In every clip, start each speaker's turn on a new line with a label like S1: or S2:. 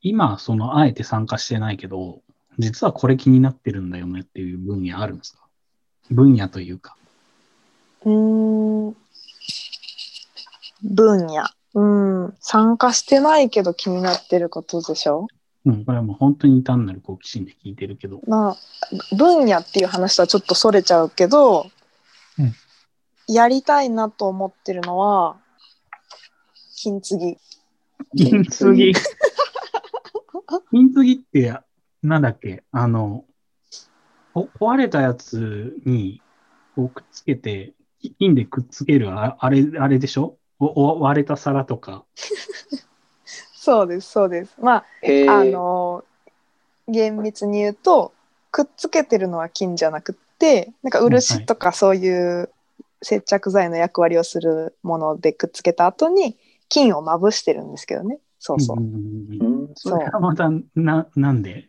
S1: 今、その、あえて参加してないけど、実はこれ気になってるんだよねっていう分野あるんですか分野というか。
S2: うーん。分野。うん。参加してないけど気になってることでしょ
S1: うん、これはもう本当に単なる好奇心で聞いてるけど。
S2: まあ、分野っていう話とはちょっとそれちゃうけど、
S1: うん
S2: やりたいなと思ってるのは、金継ぎ。
S1: 金継ぎ。金継ぎって、なんだっけ、あの、こ壊れたやつに、こうくっつけて、金でくっつける、ああれ、あれでしょおお割れた皿とか。
S2: そうです、そうです。まあ、
S3: へえ。
S2: あの、厳密に言うと、くっつけてるのは金じゃなくって、なんか漆とかそういう接着剤の役割をするものでくっつけた後に、金をまぶしてるんですけどね。そうそう。
S1: んん
S3: う
S1: うん
S3: ん
S1: それはまた、な、なんで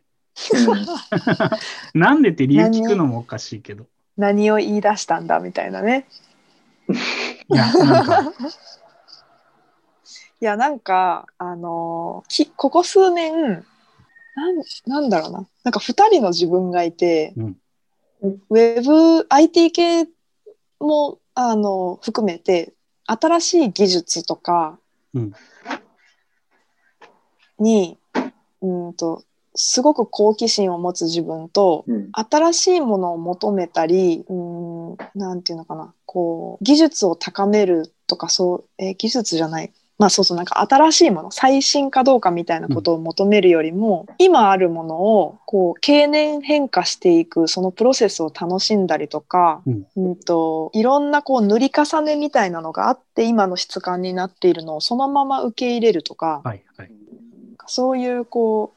S3: うん
S1: なんでって理由聞くのもおかしいけど。
S2: 何を言い出したんだみたいなね。
S1: いや、なんか、
S2: いやなんかあのーきここ数年なんなんだろうななんか2人の自分がいて、
S1: うん
S2: ウェブ IT 系もあの含めて新しい技術とか
S1: うん
S2: に、うん、とすごく好奇心を持つ自分と、
S3: うん
S2: 新しいものを求めたりうーんなんていうのかなこう技術を高めるとかそう、えー技術じゃないまあそうそうなんか新しいもの最新かどうかみたいなことを求めるよりも、今あるものをこう経年変化していくそのプロセスを楽しんだりとか、
S1: うん
S2: といろんなこう塗り重ねみたいなのがあって今の質感になっているのをそのまま受け入れるとか、
S1: はい、はい。
S2: そういうこ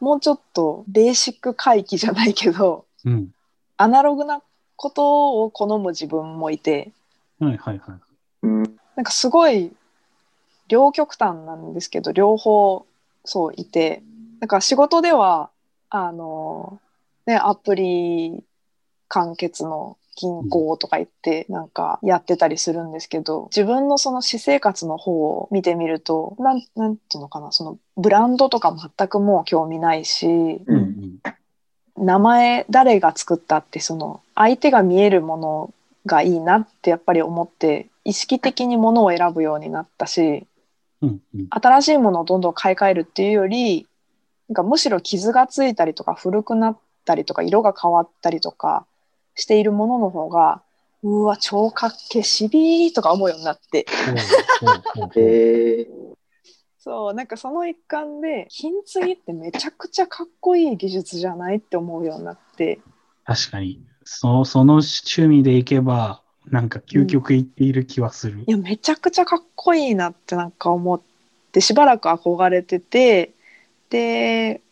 S2: うもうちょっとベーシック回帰じゃないけど
S1: うん。
S2: アナログなことを好む自分もいて
S1: はい、はい、はい。
S3: うん
S2: なんかすごい両極端なんですけど両方そういてなんか仕事ではあのねアプリ完結の銀行とか言ってなんかやってたりするんですけど、自分のその私生活の方を見てみるとなんなんていうのかなそのブランドとか全くもう興味ないし
S3: う
S1: うんん、
S2: 名前誰が作ったってその相手が見えるものがいいなってやっぱり思って意識的にものを選ぶようになったし
S1: うん、うん。
S2: 新しいものをどんどん買い替えるっていうよりなんかむしろ傷がついたりとか古くなったりとか色が変わったりとかしているものの方がうわ超かっけえしびーとか思うようになって
S1: ほうほうほうほう
S3: へえ。
S2: そうなんかその一環で金継ぎってめちゃくちゃかっこいい技術じゃないって思うようになって
S1: 確かに。そその趣味でいけば、なんか究極いっている気はする
S2: い。やめちゃくちゃかっこいいなってなんか思ってしばらく憧れててで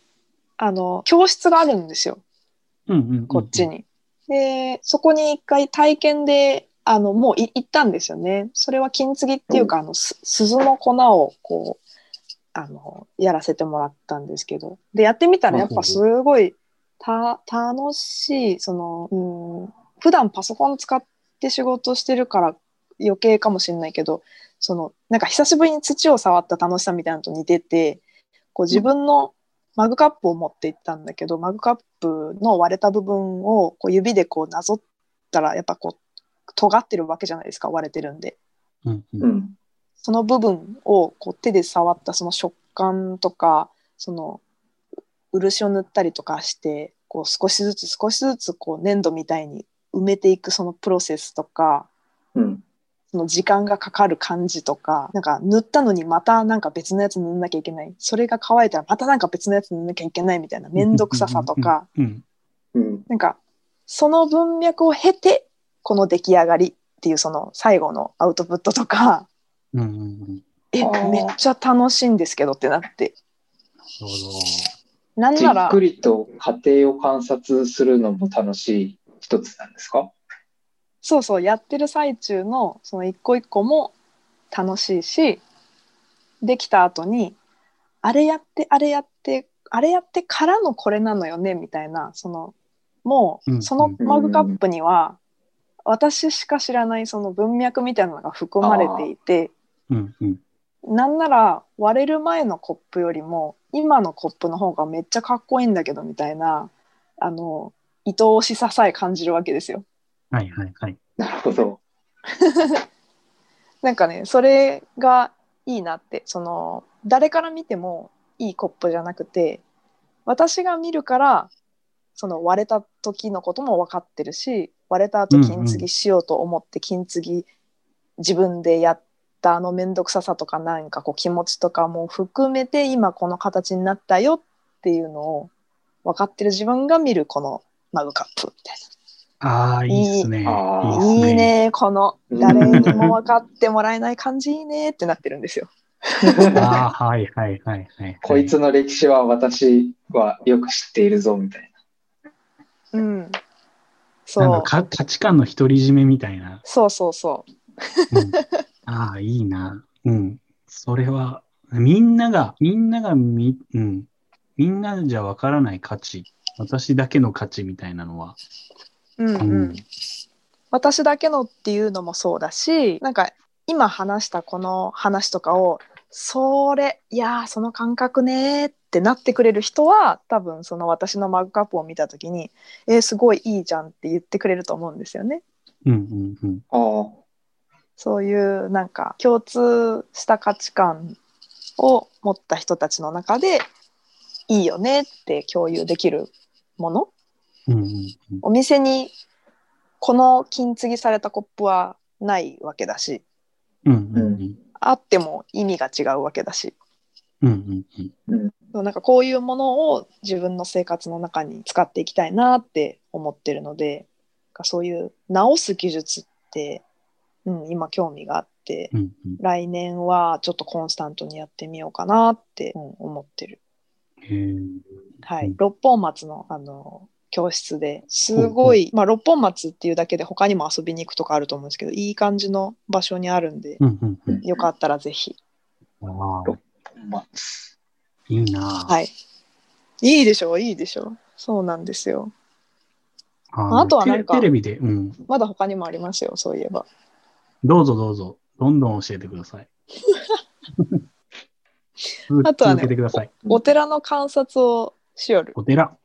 S2: あの教室があるんですよ
S1: うん、うん、うん
S2: こっち。に。でそこに一回体験であのもうい行ったんですよね。それは金継ぎっていうか、あのす鈴の粉をこうあのやらせてもらったんですけどでやってみたらやっぱすごいた楽しいそのうん普段パソコン使って仕事してるから余計かもしれないけどそのなんか久しぶりに土を触った楽しさみたいなのと似ててこう自分のマグカップを持って行ったんだけどマグカップの割れた部分をこう指でこうなぞったらやっぱこう尖ってるわけじゃないですか割れてるんで
S1: うん、う。
S3: うんん。
S2: その部分をこう手で触ったその食感とかその漆を塗ったりとかしてこう少しずつ少しずつこう粘土みたいに埋めていくそのプロセスとか
S3: うん。
S2: その時間がかかる感じとか、なんか塗ったのにまたなんか別のやつ塗んなきゃいけない。それが乾いたらまたなんか別のやつ塗んなきゃいけないみたいなめんどくささとか、
S1: うん。
S3: うん。
S2: なんかその文脈を経て、この出来上がりっていうその最後のアウトプットとか、
S1: うん、うん、うん。なる
S2: え、
S3: あー
S2: めっちゃ楽しいんですけどってなって。
S1: ほど。
S2: なん
S3: じ
S2: な
S3: っ
S2: ら
S3: く、りと過程を観察するのも楽しい一つなんですか
S2: そうそう、やってる最中のその一個一個も楽しいし、できた後に、あれやって、あれやって、あれやってからのこれなのよね、みたいな、その、も
S1: うん
S2: う、そのマグカップには、私しか知らないその文脈みたいなのが含まれていて、
S1: うん、うん。
S2: なんなら割れる前のコップよりも今のコップの方がめっちゃかっこいいんだけどみたいなあの愛おしささえ感じるわけですよ。
S1: はいはいはい。
S3: なるほど。
S2: なんかねそれがいいなってその誰から見てもいいコップじゃなくて私が見るからその割れた時のことも分かってるし割れた後
S1: うんうん
S2: 金継ぎしようと思って金継ぎ自分でやったあの面倒くささとかなんかこう気持ちとかも含めて今この形になったよっていうのを分かってる自分が見るこのマグカップみたいな。
S1: ああ、いいっすね。いい
S3: あー
S1: っす
S2: いい
S1: ね。
S2: ねこの誰にも分かってもらえない感じいいねってなってるんですよ。
S1: ああ、はいはいはいはい。
S3: こいつの歴史は私はよく知っているぞみたい
S2: うん、
S1: なん
S2: そ
S1: か
S2: う
S1: か価値観の独り占めみたいな。
S2: そうそうそう
S1: うん、ああ、いいな。うん。それは、みんなが、みんながみ、うん。みんなじゃわからない価値。私だけの価値みたいなのは。
S2: うんうん、
S1: うん
S2: 私だけのっていうのもそうだしなんか今話したこの話とかを「それいやーその感覚ね」ってなってくれる人は多分その私のマグカップを見た時に「えーすごいいいじゃん」って言ってくれると思うんですよね。
S1: うんうんうん。
S3: な。あ
S2: そういうなんか共通した価値観を持った人たちの中で「いいよね」って共有できるもの
S1: うんうんうん、
S2: お店にこの金継ぎされたコップはないわけだし
S1: うんうんうん。
S2: あっても意味が違うわけだし
S1: うんうんうん。
S2: なんかこういうものを自分の生活の中に使っていきたいなって思ってるのでなんかそういう直す技術って、うん、今興味があって
S1: うんうん
S2: 来年はちょっとコンスタントにやってみようかなって、うん思ってる。
S1: へー
S2: は
S1: う
S2: い
S1: ん、
S2: 六本松のあの教室ですごい、まあ、六本松っていうだけで他にも遊びに行くとかあると思うんですけどいい感じの場所にあるんで
S1: うんうんうん
S2: よかったらぜひ、
S1: ああ、
S3: あ、まあ、
S1: いいな。
S2: はい、いいでしょういいでしょうそうなんですよ
S1: あー
S2: あとはなん
S1: テ
S2: か
S1: レテレビで、うん。
S2: まだ他にもありますよそういえば
S1: どうぞどうぞ。どんどん教えてください。続
S2: あとはね
S1: けてください。
S2: お寺の観察をしよる、
S1: お寺。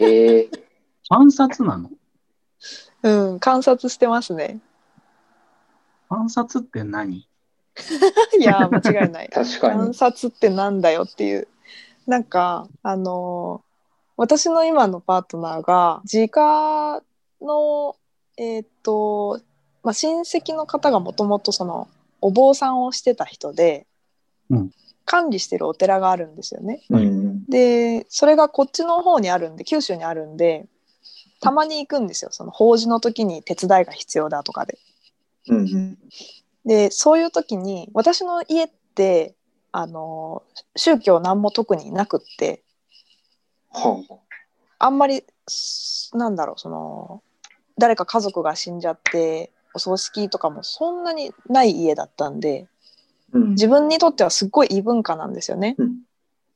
S3: ええ
S1: 観察なの
S2: うん、観察してますね
S1: 観察って何
S2: いやー間違いない
S3: 確か
S2: 観
S3: に。
S2: 察ってなんだよっていうなんかあのー私の今のパートナーが自家のえーっと、まあ、親戚の方がもともとそのお坊さんをしてた人で、
S1: うん
S2: 管理してるお寺があるんですよね。
S3: うん。
S2: でそれがこっちの方にあるんで九州にあるんでたまに行くんですよその法事の時に手伝いが必要だとかで。
S3: うん。
S2: でそういう時に私の家ってあの宗教何も特になくって
S3: は
S2: あんまりすなんだろうその誰か家族が死んじゃってお葬式とかもそんなにない家だったんで
S3: あ。うん
S2: 自分にとってはすっごい異文化なんですよね。
S3: うん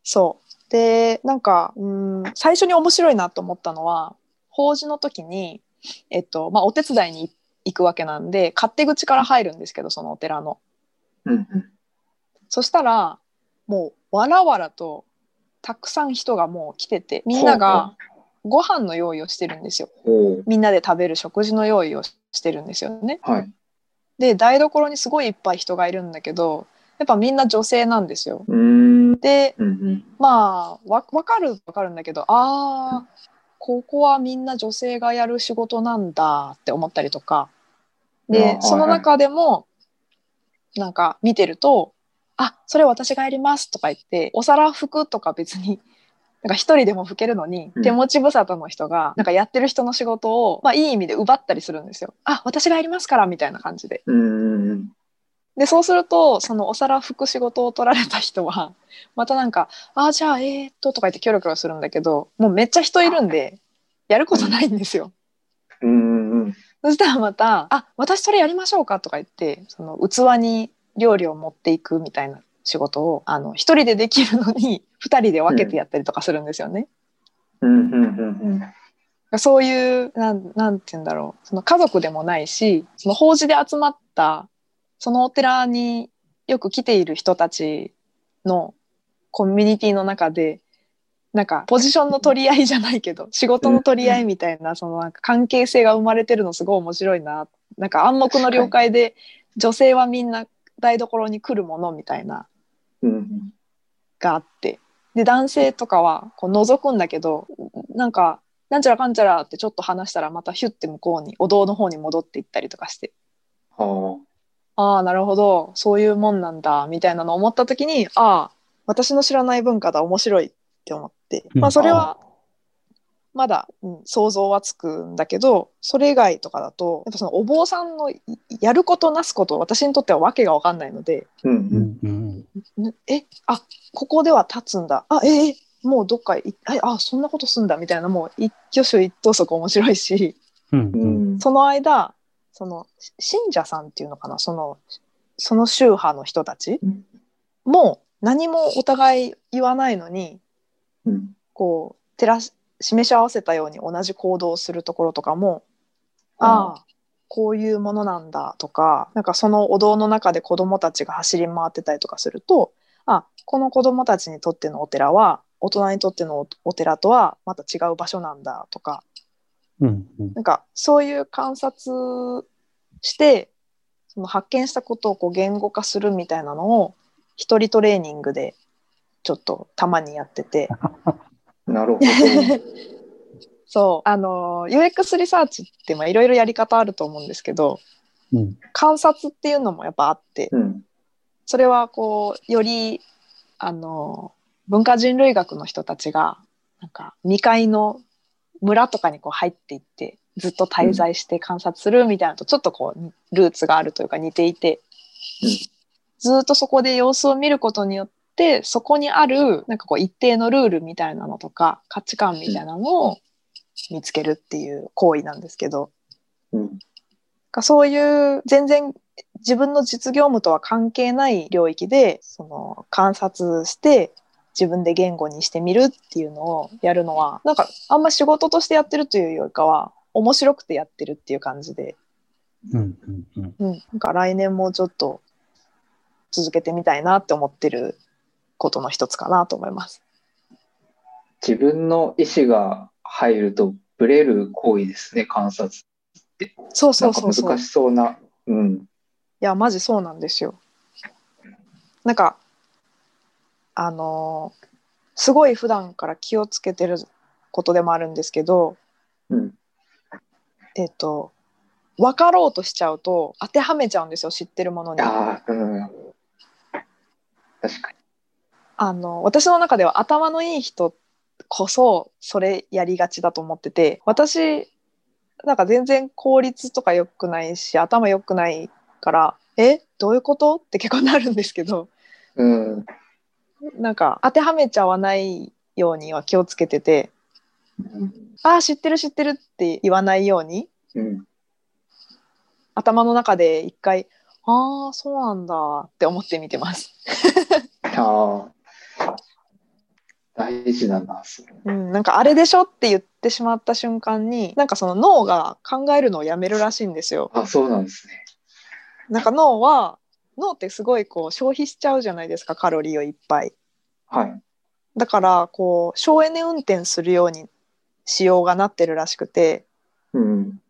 S2: そうでなんかうん最初に面白いなと思ったのは法事の時に、えっとまあ、お手伝いに行くわけなんで勝手口から入るんですけどそのお寺の。
S3: うん。
S2: そしたらもうわらわらとたくさん人がもう来ててみんながご飯の用意をしてるんですよ
S3: ほう。
S2: みんなで食べる食事の用意をしてるんですよね
S3: はい。
S2: で台所にすごいいっぱい人がいるんだけどやっぱみんな女性なんですよ
S3: うーん。うん
S2: で
S3: うん。
S2: まあわ分かる分かるんだけどあーここはみんな女性がやる仕事なんだって思ったりとか
S3: あーはい
S2: で
S3: はい
S2: その中でもなんか見てると「あそれ私がやります」とか言ってお皿拭くとか別に。 なんか一人でも拭けるのに
S3: うん
S2: 手持ち無沙汰の人がなんかやってる人の仕事を、まあ、いい意味で奪ったりするんですよ。あ私がやりますからみたいな感じで。
S3: うんうん。
S2: でそうするとそのお皿拭く仕事を取られた人は またなんか「ああじゃあえー、っと」とか言ってキョロキョロするんだけどもうめっちゃ人いるんでやることないんですよ。
S3: うんうん。
S2: そしたらまた「あ私それやりましょうか」とか言ってその器に料理を持っていくみたいな仕事をあの一人でできるのに二人で分けてやったりとかするんですよね。
S3: うんうんうん
S2: そういうなんなんて言うんだろうその家族でもないしその法事で集まったそのお寺によく来ている人たちのコミュニティの中でなんかポジションの取り合いじゃないけど仕事の取り合いみたいなそのなんか関係性が生まれてるのすごい面白いななんか暗黙の了解で女性はみんな台所に来るものみたいな
S3: うん。
S2: があってで男性とかはこう覗くんだけどなんかなんちゃらかんちゃらってちょっと話したらまたヒュッて向こうにお堂の方に戻っていったりとかして
S3: は
S2: ああなるほどそういうもんなんだみたいなのを思った時にああ私の知らない文化だ面白いって思って、
S1: うん
S2: まあ、それはまだ、うん、想像はつくんだけどそれ以外とかだとやっぱそのお坊さんのいやることなすこと私にとっては訳が分かんないので
S3: あ。うん
S1: う
S3: うん。
S1: んうん
S2: んえあここでは立つんだあええもうどっかいああそんなことすんだみたいなもう一挙手一投足面白いし。
S1: うん
S3: う
S1: うん
S3: ん。
S2: その間そのし信者さんっていうのかなそのその宗派の人たち
S3: うん
S2: も何もお互い言わないのに
S3: うん。
S2: こう照らし示し合わせたように同じ行動をするところとかも、
S3: うん
S2: ああこういうものなんだとかなんかそのお堂の中で子どもたちが走り回ってたりとかするとあこの子どもたちにとってのお寺は大人にとってのおお寺とはまた違う場所なんだとか
S1: うんうん
S2: なんかそういう観察してその発見したことをこう言語化するみたいなのを一人トレーニングでちょっとたまにやってて
S3: なるほど。
S2: そうあの UX リサーチってまあいろいろやり方あると思うんですけど
S1: うん
S2: 観察っていうのもやっぱあって
S3: うん。
S2: それはこうよりあの文化人類学の人たちがなんか未開の村とかにこう入っていってずっと滞在して観察するみたいなのとちょっとこうルーツがあるというか似ていて、
S3: うん
S2: ずっとそこで様子を見ることによってそこにあるなんかこう一定のルールみたいなのとか価値観みたいなのを見つけるっていう行為なんですけど、
S3: うん。
S2: かそういう全然自分の実業務とは関係ない領域でその観察して自分で言語にしてみるっていうのをやるのはなんかあんま仕事としてやってるというよりかは面白くてやってるっていう感じで、
S1: うんうんうん
S2: うん、なんか来年もちょっと続けてみたいなって思ってることの一つかなと思います。
S3: 自分の意思が入るとブレる行為ですね、観察。
S2: そうそ
S3: なん
S2: う
S3: か
S2: そうそう
S3: 難しそうな。うん。
S2: いやマジそうなんですよ。なんかあのーすごい普段から気をつけてることでもあるんですけど、
S3: うん。
S2: えっと分かろうとしちゃうと当てはめちゃうんですよ知ってるものに。
S3: ああ、うん。確か
S2: あの私の中では頭のいい人こそそれやりがちだと思ってて私なんか全然効率とか良くないし頭良くないからえどういうことって結構なるんですけど。
S3: に。うん。
S2: なんか当てはめちゃわないようには気をつけてて「ああ知ってる知ってる」って言わないように
S3: うん。
S2: 頭の中で一回「ああそうなんだ」って思って見てます。
S3: ああ。大事だな、それ。
S2: うん、なんかあれでしょって言ってしまった瞬間になんかその脳が考えるのをやめるらしいんですよ。
S3: あ、そうなんですね。
S2: なんか脳は脳ってすごいこう消費しちゃうじゃないですかカロリーをいっぱい。
S3: はい。
S2: だからこう省エネ運転するように仕様がなってるらしくて
S3: うん。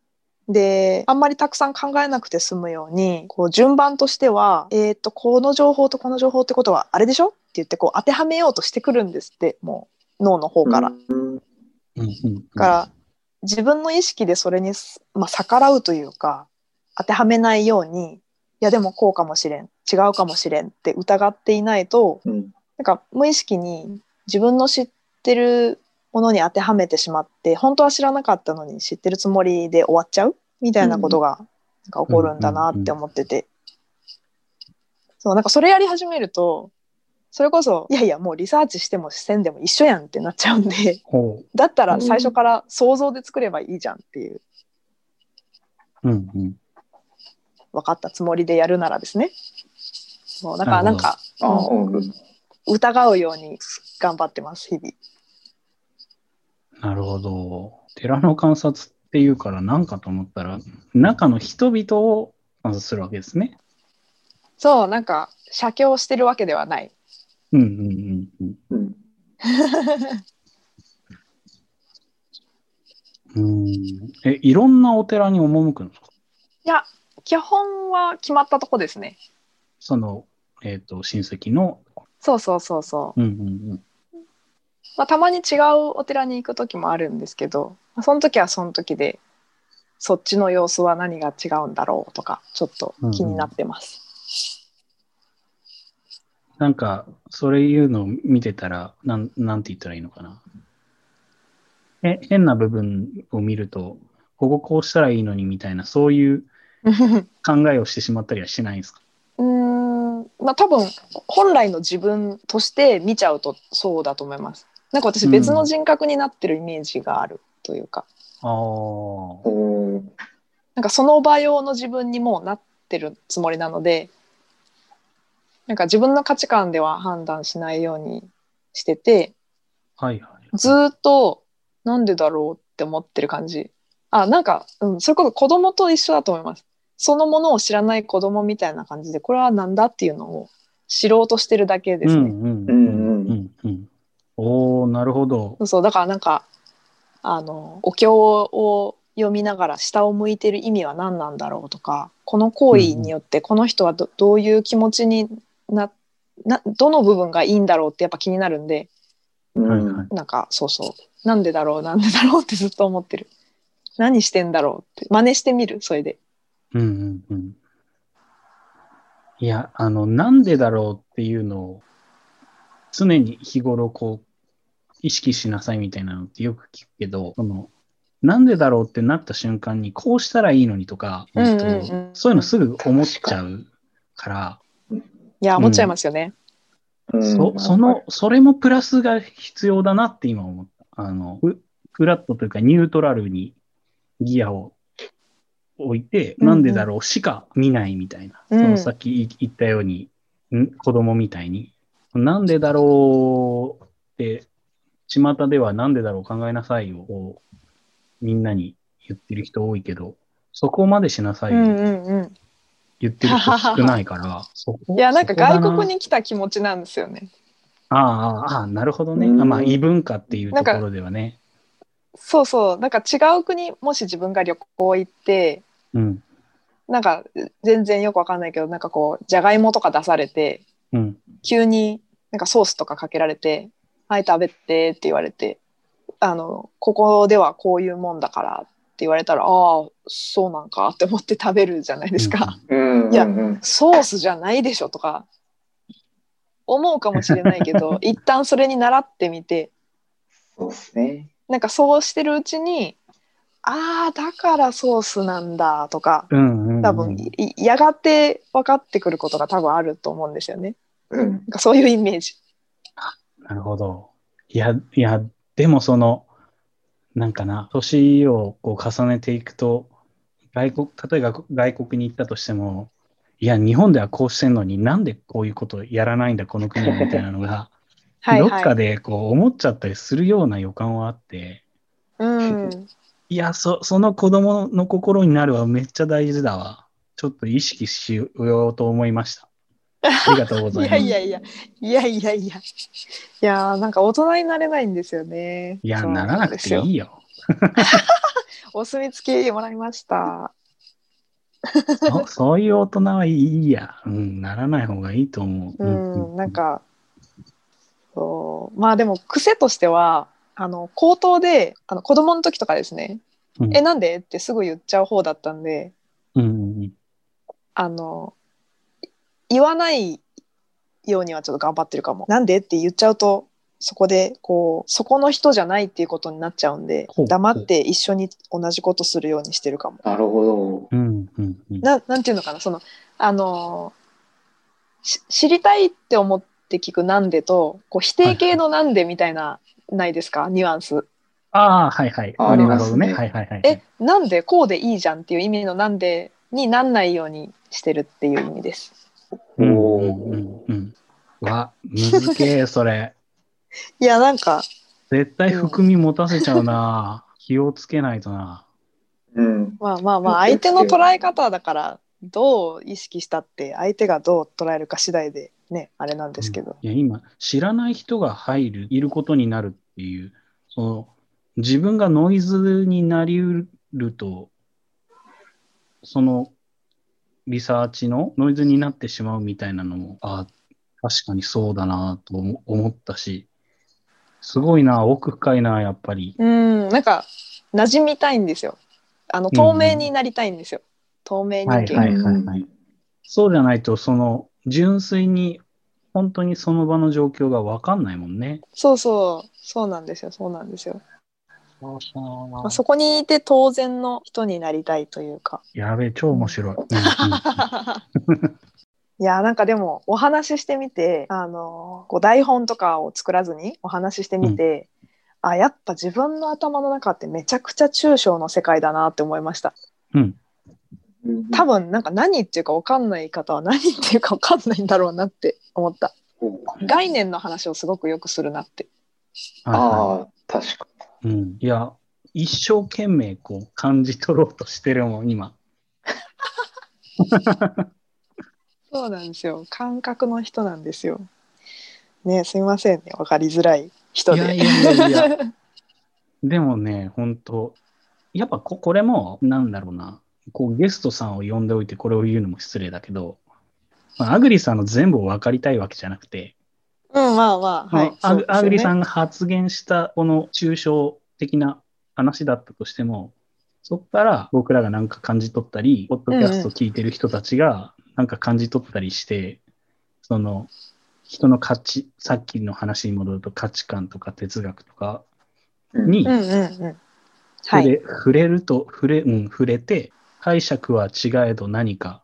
S2: であんまりたくさん考えなくて済むようにこう順番としては、えー、とこの情報とこの情報ってことはあれでしょって言ってこう当てはめようとしてくるんですってもう脳の方から。だ
S3: うん。
S1: うんうん
S2: から自分の意識でそれにす、まあ、逆らうというか当てはめないようにいやでもこうかもしれん違うかもしれんって疑っていないと
S3: うん。
S2: なんか無意識に自分の知ってるものに当てはめてしまって本当は知らなかったのに知ってるつもりで終わっちゃうみたいなことがなんか起こるんだなって思ってて、そうなんかそれやり始めるとそれこそいやいやもうリサーチしてもせんでも一緒やんってなっちゃうんで
S1: ほ
S2: だったら最初から想像で作ればいいじゃんっていう
S1: う。うんうん。
S2: 分かったつもりでやるならですね。そうだからなんか
S3: ああ、うん。
S2: 疑うように頑張ってます日々。
S1: なるほど。寺の観察っていうから何かと思ったら、中の人々を観察するわけですね。
S2: そうなんか写経してるわけではない。
S1: うんうんうんうん。
S3: うん。
S1: うーんえ、いろんなお寺に赴くんですか
S2: 基本は決まったとこですね。
S1: その、えっ、と、親戚の。
S2: そうそうそうそう。
S1: うんうん
S2: まあ、たまに違うお寺に行く時もあるんですけど、まあ、その時はその時でそっちの様子は何が違うんだろうとかちょっと気になってます。
S1: うん。なんか、それいうのを見てたら、なん、なんて言ったらいいのかな。え、変な部分を見ると、こここうしたらいいのにみたいな、そういう考えをしてしまったりはしないんですか
S2: うーんまあ多分本来の自分として見ちゃうとそうだと思います。なんか私別の人格になってるイメージがあるというか、
S1: ああ。
S3: おー
S2: なんかその場用の自分にもうなってるつもりなのでなんか自分の価値観では判断しないようにしてて
S1: はいはい。
S2: ずーっとなんでだろうって思ってる感じあなんか、うん、それこそ子供と一緒だと思いますそのものを知らない子供みたいな感じでこれは何だっていうのを知ろうとしてるだけですね、
S1: うんうんうんうんうん。おおなるほど
S2: そ。うそうだからなんかあのお経を読みながら下を向いてる意味は何なんだろうとかこの行為によってこの人はどどういう気持ちにななどの部分がいいんだろうってやっぱ気になるんで
S3: うん
S1: はいはい。
S2: なんかそうそうなんでだろうなんでだろうってずっ と思ってる何してんだろうって真似してみるそれで
S1: うんうんうん。いや、あの、なんでだろうっていうのを、常に日頃こう、意識しなさいみたいなのってよく聞くけど、その、なんでだろうってなった瞬間に、こうしたらいいのにとか、
S2: うんうんうん
S1: えっとそういうのすぐ思っちゃうから、
S2: いや思っちゃいますよね、
S3: うん
S1: そその、それもプラスが必要だなって今思った。あの、フフラットというかニュートラルにギアを置いて、
S2: うんうん
S1: なんでだろうしか見ないみたいな。
S2: うん
S1: そのさっき言ったように、ん子供みたいに。なんでだろうって、巷ではなんでだろう考えなさいをこうみんなに言ってる人多いけど、そこまでしなさい
S2: うん
S1: を
S2: うんう
S1: 言ってる人少ないから、そこ
S2: んいやなん
S1: そ
S2: か
S1: こだ
S2: 外国に来た気持ちなんですよね
S1: ああああ、ああなるほどね。
S3: うん
S1: あまあ、異文化っていうところではね。
S2: そうそうなんか違う国もし自分が旅行行って
S1: うん。
S2: なんか全然よくわかんないけどなんかこうじゃがいもとか出されて
S1: うん。
S2: 急になんかソースとかかけられて「はい食べて」って言われてあの「ここではこういうもんだから」って言われたら「ああそうなんか」って思って食べるじゃないですか。
S3: うん、
S2: いや
S3: うんうん
S2: ソースじゃないでしょとか思うかもしれないけ ど一旦それに習ってみて
S3: そうですね。
S2: なんかそうしてるうちに「ああだからソースなんだ」とか
S1: うん。うん。
S2: 多分、いやがて分かってくることが多分あると思うんですよね。
S3: うん
S2: なんかそういうイメージ。
S1: なるほど。いや、いや、でもその、なんかな、年をこう重ねていくと、外国、例えば外国に行ったとしても、いや、日本ではこうしてんのになんでこういうことやらないんだ、この国はみたいなのが、
S2: はい
S1: どっ
S2: は
S1: か
S2: い。
S1: でこう思っちゃったりするような予感はあって、
S2: うん。
S1: いや、そ、その子供の心になるはめっちゃ大事だわ。ちょっと意識しようと思いました。ありがとうござい
S2: い
S1: ま
S2: や
S1: す。
S2: いやいや、いやいやいや。いやーなんか大人になれないんですよね。
S1: いや、
S2: そう
S1: ならなく
S2: です
S1: て
S2: よ
S1: いいよ。
S2: お墨付きもらいました。
S1: そそういう大人はいいや。うん、ならない方がいいと思う。
S2: うん、なん、か。そう、まあでも癖としては、あの口頭で、あの子供の時とかですね。
S1: うん
S2: え、なんでってすぐ言っちゃう方だったんで。
S1: うんうん、
S2: あのい言わないようにはちょっと頑張ってるかも。なんでって言っちゃうとそこでこうそこの人じゃないっていうことになっちゃうんで
S1: ほう
S2: 黙って一緒に同じことするようにしてるかも。
S3: なるほ
S1: うん、うん、うん。
S2: ななんていうのかなそのあのし知りたいって思って聞く「なんでと」こう否定形の「なんで」みたいな、ないですかニュアンス。
S1: ああ、はいはい。
S3: あ
S2: りま
S1: なるほ
S3: す
S1: ど
S3: ね
S1: ね。はいはいはい。
S2: えなんでこうでいいじゃんっていう意味の「なんで」になんないようにしてるっていう意味です。
S3: ど。
S1: うん、
S3: お
S1: うん、う
S3: ー
S1: んうん。わ、むずけえ、それ。
S2: いやなんか
S1: 絶対含み持たせちゃう な。気をつけないとな。
S3: うん。
S2: まあまあまあ相手の捉え方だからどう意識したって相手がどう捉えるか次第でねあれなんですけど、
S1: いや、今、知らない人が入る、いることになるっていう、その、自分がノイズになりうると、その、リサーチのノイズになってしまうみたいなのも、あ確かにそうだなと思思ったし、すごいな、奥深いな、やっぱり。
S2: うんなんか馴染みたいんですよあ
S1: うん
S2: の
S1: うん
S2: 透明になりたいんですよ、透明人間、
S1: はいはいはいはい。そうじゃないと、その、純粋に、本当にその場の状況がわかんないもんね。
S2: そうそうそうなんですよそうなんですよ、ま
S1: そ
S2: あ、そこにいて当然の人になりたいというか
S1: やべえ、超面白い。うんうん
S2: いやなんかでもお話ししてみて、あのこう台本とかを作らずにお話ししてみて、あやっぱ自分の頭の中ってめちゃくちゃ抽象の世界だなって思いました
S1: うん、
S3: うん
S2: 多分なんか何言っていうか分かんない方は何言っていうか分かんないんだろうなって思った概念の話をすごくよくするなって
S1: は
S3: ああ、確か
S1: いはいうん、いや、一生懸命こう感じ取ろうとしてるもん、今。
S2: そうなんですよ感覚の人なんですよねすいませんね分かりづらい人
S1: い
S2: で
S1: やいやいやいや。でもね、本当やっぱここれも、なんだろうな、こうゲストさんを呼んでおいてこれを言うのも失礼だけど、まあ、アグリさんの全部を分かりたいわけじゃなくて、
S2: うんまあまあはい、
S1: ア
S2: そう
S1: グ
S2: ですよね
S1: アグリさんが発言したこの抽象的な話だったとしても、そこから僕らがなんか感じ取ったり、ポッドキャスト聞いてる人たちがなんか感じ取ったりして、その人の価値、さっきの話に戻ると価値観とか哲学とか
S3: に。
S1: に
S2: うんうんうんは
S1: 触れ,、
S2: い
S1: 触れると触れ、うん、触れて、解釈は違えど何か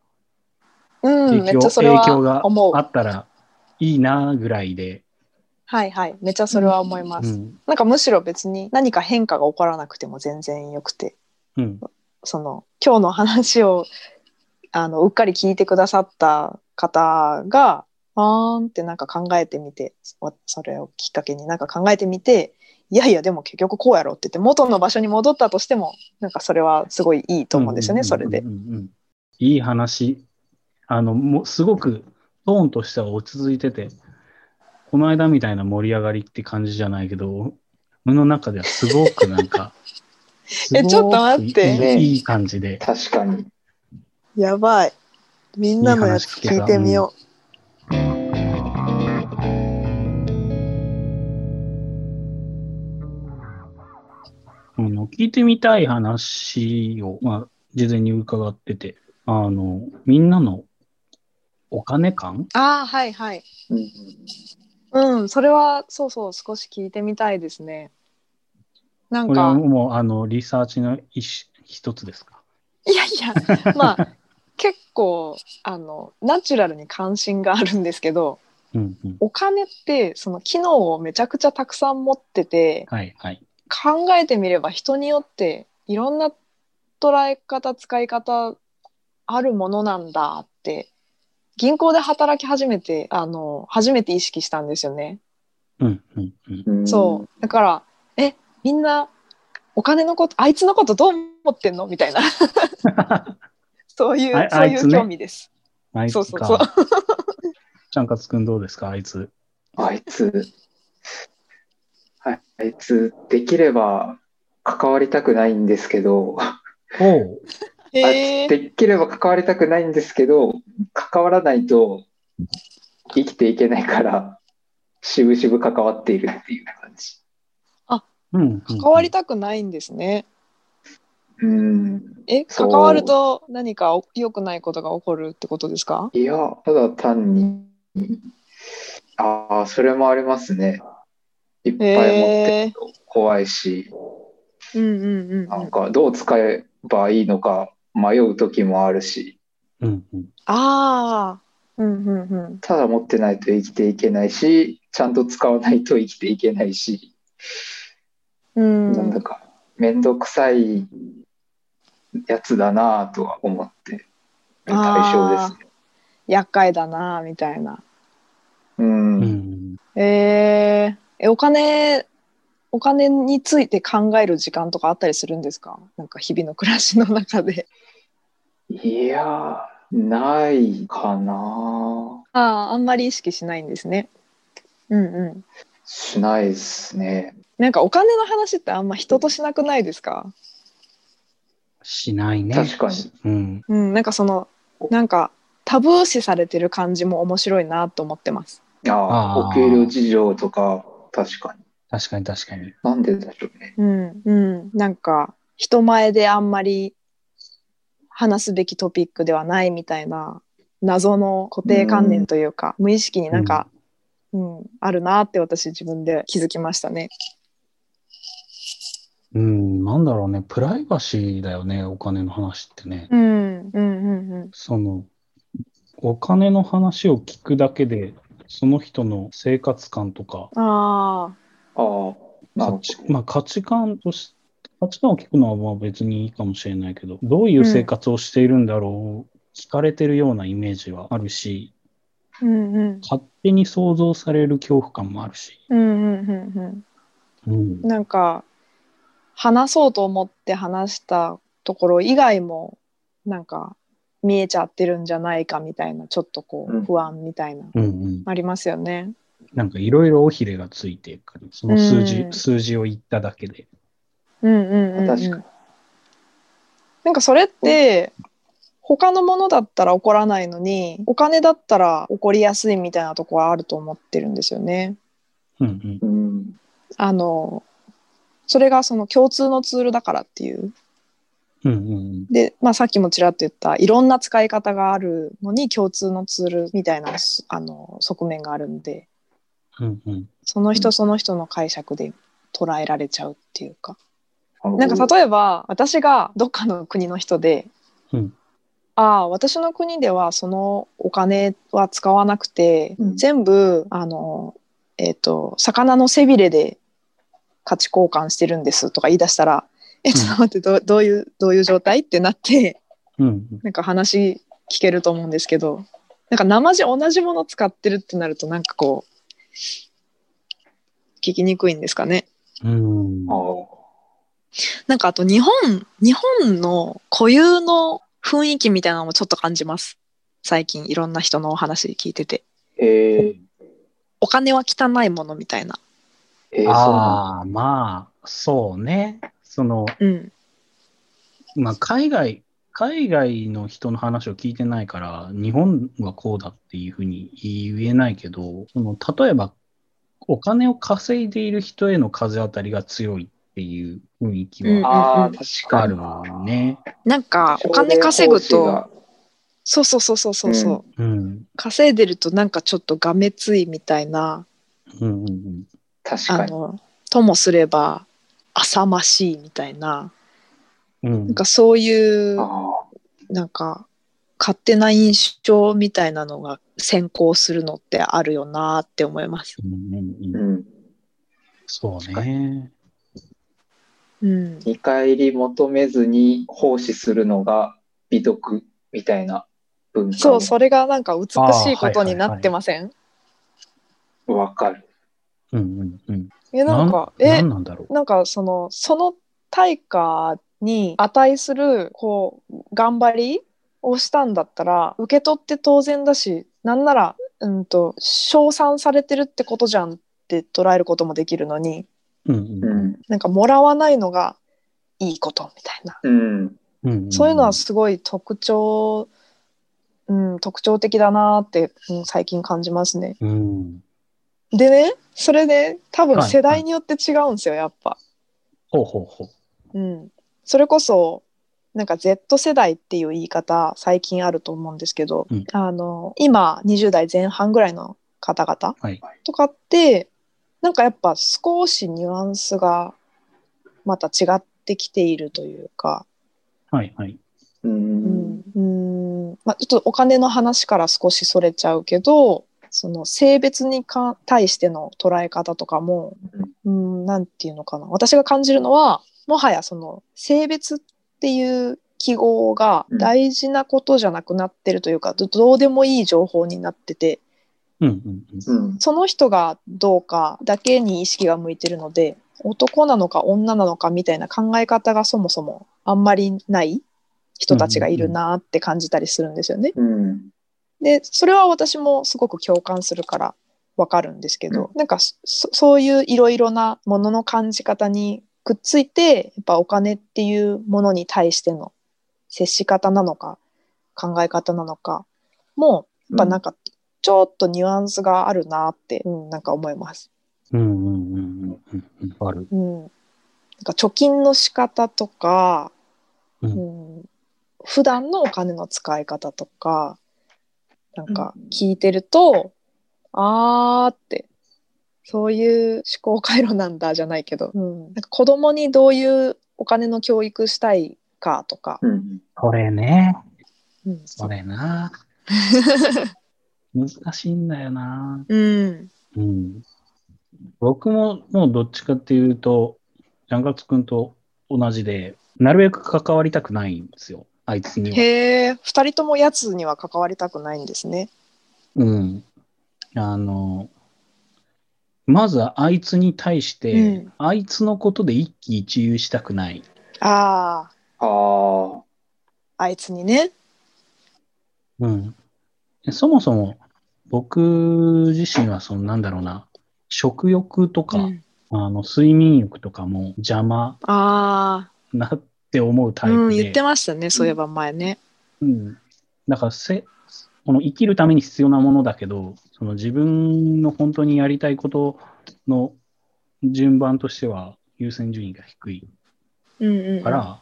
S2: うん、め
S1: 影
S2: っち
S1: 響,、
S2: ゃそれ
S1: 影響が
S2: は思う
S1: あ。ったらいいなぐらいで、
S2: はいはい、めっちゃそれは思いま
S1: う
S2: す。
S1: ん、
S2: なんかむしろ別に何か変化が起こらなくても全然よくて、
S1: うん、
S2: その今日の話をあのうっかり聞いてくださった方が、あーんってなんか考えてみて、そそれをきっかけになんか考えてみて、いやいやでも結局こうやろうって言って元の場所に戻ったとしても、なんかそれはすごいいいと思うんですよね、それで
S1: うん。うんうんうんいい話。あの、もうすごくトーンとしては落ち着いてて、この間みたいな盛り上がりって感じじゃないけど、俺の中ではすごくなんか、
S2: えちょっと待って
S1: すごくいいいい感じで。
S3: 確かに。
S2: やばい。みんなのやつ聞いてみよう。
S1: あの聞いてみたい話を、まあ、事前に伺ってて、あの、みんなのお金感
S2: ああ、はいはい。
S3: うん
S2: うん、それはそうそう少し聞いてみたいですね。なん
S1: これは
S2: か
S1: もう、あの、リサーチの一種一つですか
S2: いやいやまあ結構あのナチュラルに関心があるんですけど
S1: うんうん。
S2: お金ってその機能をめちゃくちゃたくさん持ってて
S1: はいはい。
S2: 考えてみれば人によっていろんな捉え方使い方あるものなんだって銀行で働き始めてあの初めて意識したんですよね。
S1: うんうんうん。
S3: うん
S2: そうだからえみんなお金のことあいつのことどう思ってんのみたいな そういう、
S1: あ
S2: そうい
S1: あいつ
S2: う
S1: ね
S2: 興味です。
S1: あいつ
S2: そ
S1: か。
S2: うそうそう
S1: ちゃんかつくんどうですかあいつ。
S3: あいつ、ああいつ、できれば関わりたくないんですけ
S1: お
S3: ど、
S1: う。
S2: へ
S3: あ
S2: え
S3: できれば関わりたくないんですけど、関わらないと生きていけないから、しぶしぶ関わっているっていう感じ。
S1: うんうん、
S2: 関わりたくないんですね。
S3: うん。
S2: え
S3: そ
S2: 関
S3: う
S2: わると何かお良くないことが起こるってことですか
S3: いや、ただ単に、ああ、それもありますね。いっぱい持ってると怖いし、
S2: うんうんうん
S3: な
S2: うんん。
S3: かどう使えばいいのか迷う時もあるし、
S1: うんうん。
S2: ああ。うんうんうん。
S3: ただ持ってないと生きていけないし、ちゃんと使わないと生きていけないし、
S2: うん、
S3: なんだか面倒くさいやつだなぁとは思ってる対象ですね。
S2: 厄介だなみたいな。
S3: うん、
S1: うんうん、
S2: えー、えお金お金について考える時間とかあったりするんですかなんか日々の暮らしの中で。
S3: いやないかな
S2: ああ、あんまり意識しないんですね。うんうん。
S3: しないですね。
S2: なんかお金の話ってあんま人としなくないですか
S1: しないね。
S3: 確かに。
S1: うん。
S2: うん、なんかその、なんかタブー視されてる感じも面白いなと思ってます。
S3: ああ
S1: あー
S3: お給料事情とか、確かに。
S1: 確かに確かに。
S3: なんででしょうね。
S2: うんうん。なんか人前であんまり話すべきトピックではないみたいな謎の固定観念というか、無意識になんか、うん、あるなって私自分で気づきましたね。
S1: うん、なんだろうね。プライバシーだよね。お金の話ってね。
S2: うんうんうんうん。
S1: その、お金の話を聞くだけで、その人の生活感とか、
S2: あ
S3: ああ、なる
S1: 価
S3: ほ
S1: 値
S3: ど
S1: まあ、価値観とし価値観を聞くのはまあ別にいいかもしれないけど、どういう生活をしているんだろう、聞かれてるようなイメージはあるし、
S2: あ。うんうん。
S1: 勝手に想像される恐怖感もあるし。
S2: うんうんうんうん。
S1: うん。
S2: なんか話そうと思って話したところ以外もなんか見えちゃってるんじゃないかみたいなちょっとこ
S3: う
S2: うん不安みたいな、
S1: うんうん。
S2: ありますよね。
S1: なんかいろいろ尾ひれがついてくる。その数字、
S2: うん
S1: 数字を言っただけで。
S2: うんうんうん、うん、
S3: 確かに。
S2: なんかそれって他のものだったら怒らないのにお金だったら怒りやすいみたいなとこはあると思ってるんですよね。
S1: うんうん。
S3: うん。
S2: あのそれがその共通のツールだからっていう
S1: うんうん
S2: で、まあ、さっきもちらっと言ったいろんな使い方があるのに共通のツールみたいなすあの側面があるんで
S1: うん。うんうん。
S2: その人その人の解釈で捉えられちゃうっていうかな
S3: な
S2: んか例えば私がどっかの国の人で、
S1: うん
S2: ああ私の国ではそのお金は使わなくて、
S3: うん
S2: 全部あの、えー、と魚の背びれで価値交換してるんですとか言い出したら「えちょっと待ってどうどういうどういう状態?」ってなって。
S1: うんうん。
S2: なんか話聞けると思うんですけどなんか生地同じもの使ってるってなるとなんかこう聞きにくいんですかね。
S1: うん
S3: ああ、
S2: なんかあと日本日本の固有の雰囲気みたいなのもちょっと感じます最近いろんな人のお話聞いてて
S3: えー、
S2: お金は汚いものみたいな、
S3: えー、そうなんだ
S1: ああ、まあ、そうね。その、
S2: うん、
S1: まあ、海外、海外の人の話を聞いてないから、日本はこうだっていうふうに言えないけど、その例えば、お金を稼いでいる人への風当たりが強いっていう雰囲気
S2: うん
S1: は
S3: ああ、
S2: うん
S3: 確
S1: あ
S3: か
S1: る
S3: に。
S1: わね。
S2: なんかお金稼ぐ
S3: 少年奉仕
S2: と
S3: が。
S2: そうそうそうそうそうそう、
S1: う
S3: う
S1: ん。
S2: 稼いでるとなんかちょっとがめついみたいな
S1: うんうんうん。
S3: 確
S2: あ
S3: かに。
S2: のともすれば浅ましいみたいな
S1: うん
S2: なんかそういう
S3: あ
S2: なんか勝手な印象みたいなのが先行するのってあるよなって思います。
S1: うんうん
S3: あ、う
S1: うん
S3: ん。
S1: そう
S3: 確か
S1: ね。
S2: うん、
S3: 見返り求めずに奉仕するのが美徳みたいな文化
S2: そ
S3: も
S2: うそれがなんか美しいことになってません、
S3: わかる。
S1: うんうんうん。
S2: えなんか
S1: な
S2: え
S1: んなんだろう。
S2: なんかそのその対価に値するこう頑張りをしたんだったら受け取って当然だしなんなら、うん、と称賛されてるってことじゃんって捉えることもできるのに
S1: うん
S3: う
S1: うん
S3: ん。
S2: なんかもらわないのがいいことみたいな、
S3: うん。
S1: うんん。
S2: そういうのはすごい特徴、うん、特徴的だなって、うん、最近感じますね。
S1: うん。
S2: でねそれで多分
S1: はい
S2: 世代によって違うんですよやっぱ。
S1: ほうほうほう。
S2: うん、それこそなんか Z 世代っていう言い方最近あると思うんですけど、
S1: うん
S2: あの今20代前半ぐらいの方々
S1: はい
S2: とかってなんかやっぱ少しニュアンスがまた違ってきているというか、
S1: はいはい。
S3: う。
S2: うんんうんまあ、ちょっとお金の話から少しそれちゃうけどその性別にか対しての捉え方とかもうん、なんていうのかな私が感じるのはもはやその性別っていう記号が大事なことじゃなくなってるというか、どどうでもいい情報になってて
S1: うんうんうん。
S3: うん。
S2: その人がどうかだけに意識が向いてるので男なのか女なのかみたいな考え方がそもそもあんまりない人たちがいるなって感じたりするんですよね。
S3: うん。
S2: でそれは私もすごく共感するからわかるんですけど、なんかそそそういういろいろなものの感じ方にくっついてやっぱお金っていうものに対しての接し方なのか考え方なのかもやっぱなんかちょっとニュアンスがあるなって、うん、なんか思います。
S1: うんうんうんうんうんうん。ある。
S2: うん、なんか貯金の仕方とか、
S1: う
S2: うん、普段のお金の使い方とかなんか聞いてると、あーってそういう思考回路なんだじゃないけど、うん、なんか子供にどういうお金の教育したいかとか、
S3: うん。
S1: これね。
S2: うん
S1: それな。難しいんだよな。
S2: うん
S1: うん。僕ももうどっちかっていうと、ジャンガツ君と同じで、なるべく関わりたくないんですよ。あいつには。
S2: へえ2人ともやつには関わりたくないんですね。
S1: うん。あの、まずあいつに対して、
S2: うん
S1: あいつのことで一喜一憂したくない。
S2: あー
S3: ああ。
S2: あいつにね。
S1: うん。そもそも、僕自身は、その、なんだろうな、食欲とか、
S2: うん
S1: あの、睡眠欲とかも邪魔
S2: あ
S1: なって思う
S2: あ、
S1: タイ
S2: う
S1: プ
S2: ん、言
S1: で
S2: って、ましたねそういえば前ね。
S1: うん。だからせ、この生きるために必要なものだけど、その自分の本当にやりたいことの順番としては優先順位が低い
S2: うんうんうん、
S1: から、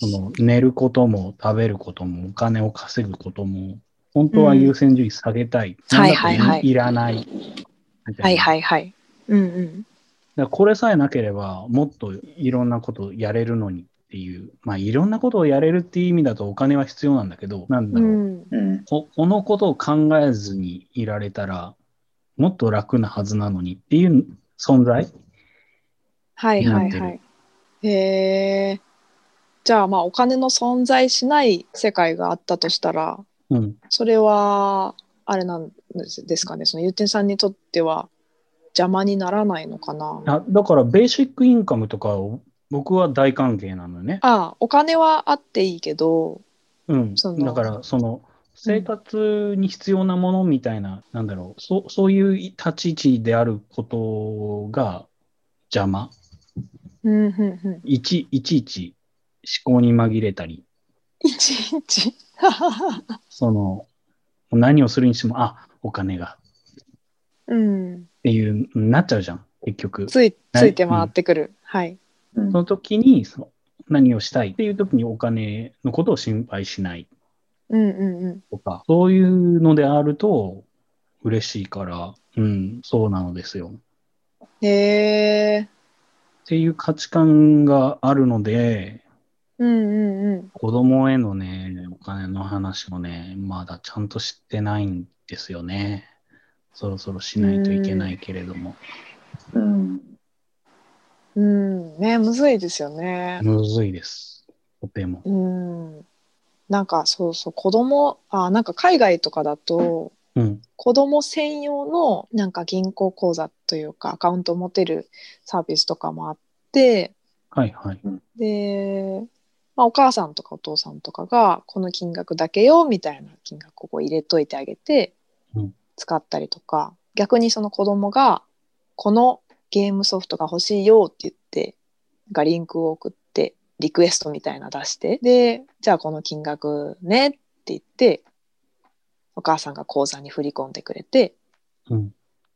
S1: その寝ることも食べることもお金を稼ぐことも、本当は優先順位下げたい。
S2: は
S1: なん
S2: い
S1: だか
S2: はいはい
S1: いらない。みた
S2: はいい
S1: な。
S2: はいはい。うんうん。
S1: だからこれさえなければ、もっといろんなことやれるのにっていう、まあいろんなことをやれるっていう意味だとお金は必要なんだけど、なんだろう。
S2: うん
S3: うん。
S1: ここのことを考えずにいられたら、もっと楽なはずなのにっていう存在
S2: はいはい
S1: にな
S2: は
S1: っ
S2: い。へえ。じゃあまあお金の存在しない世界があったとしたら、
S1: うん。
S2: それはあれなんですかね。そのゆうてんさんにとっては邪魔にならないのかな。あ
S1: あだから、ベーシックインカムとかを僕は大歓迎なのよね。
S2: あ、お金はあっていいけど、
S1: うん。
S2: その
S1: だから、その、生活に必要なものみたいな、なんだろう、そう、そういう立ち位置であることが邪魔。
S2: うんうんうん。
S1: いちいちいち思考に紛れたり、
S2: いちいち。
S1: その、何をするにしても、あ、お金が
S2: うん。
S1: っていう、なっちゃうじゃん、結局。
S2: ついついて回ってくる。はい。
S3: うん
S1: その時にその何をしたいっていう時にお金のことを心配しない
S2: うんうんうん。
S1: とか、そういうのであると嬉しいから、うん、そうなのですよ。
S2: へえ。
S1: っていう価値観があるので、
S2: うんうんうん。
S1: 子供へのね、お金の話もね、まだちゃんと知ってないんですよね。そろそろしないといけないけれども。
S3: うん。
S2: うん、ね、むずいですよね。
S1: むずいです。とても。
S2: うん。なんかそうそう、子供、あ、なんか海外とかだと、
S1: うん。
S2: 子供専用のなんか銀行口座というか、アカウントを持てるサービスとかもあって、
S1: はいはい。
S2: で、まあ、お母さんとかお父さんとかが、この金額だけよ、みたいな金額をこう入れといてあげて
S1: うん、
S2: 使ったりとか、逆にその子供が、このゲームソフトが欲しいよって言って、がリンクを送って、リクエストみたいな出して、で、じゃあこの金額ねって言って、お母さんが口座に振り込んでくれて、
S1: うん。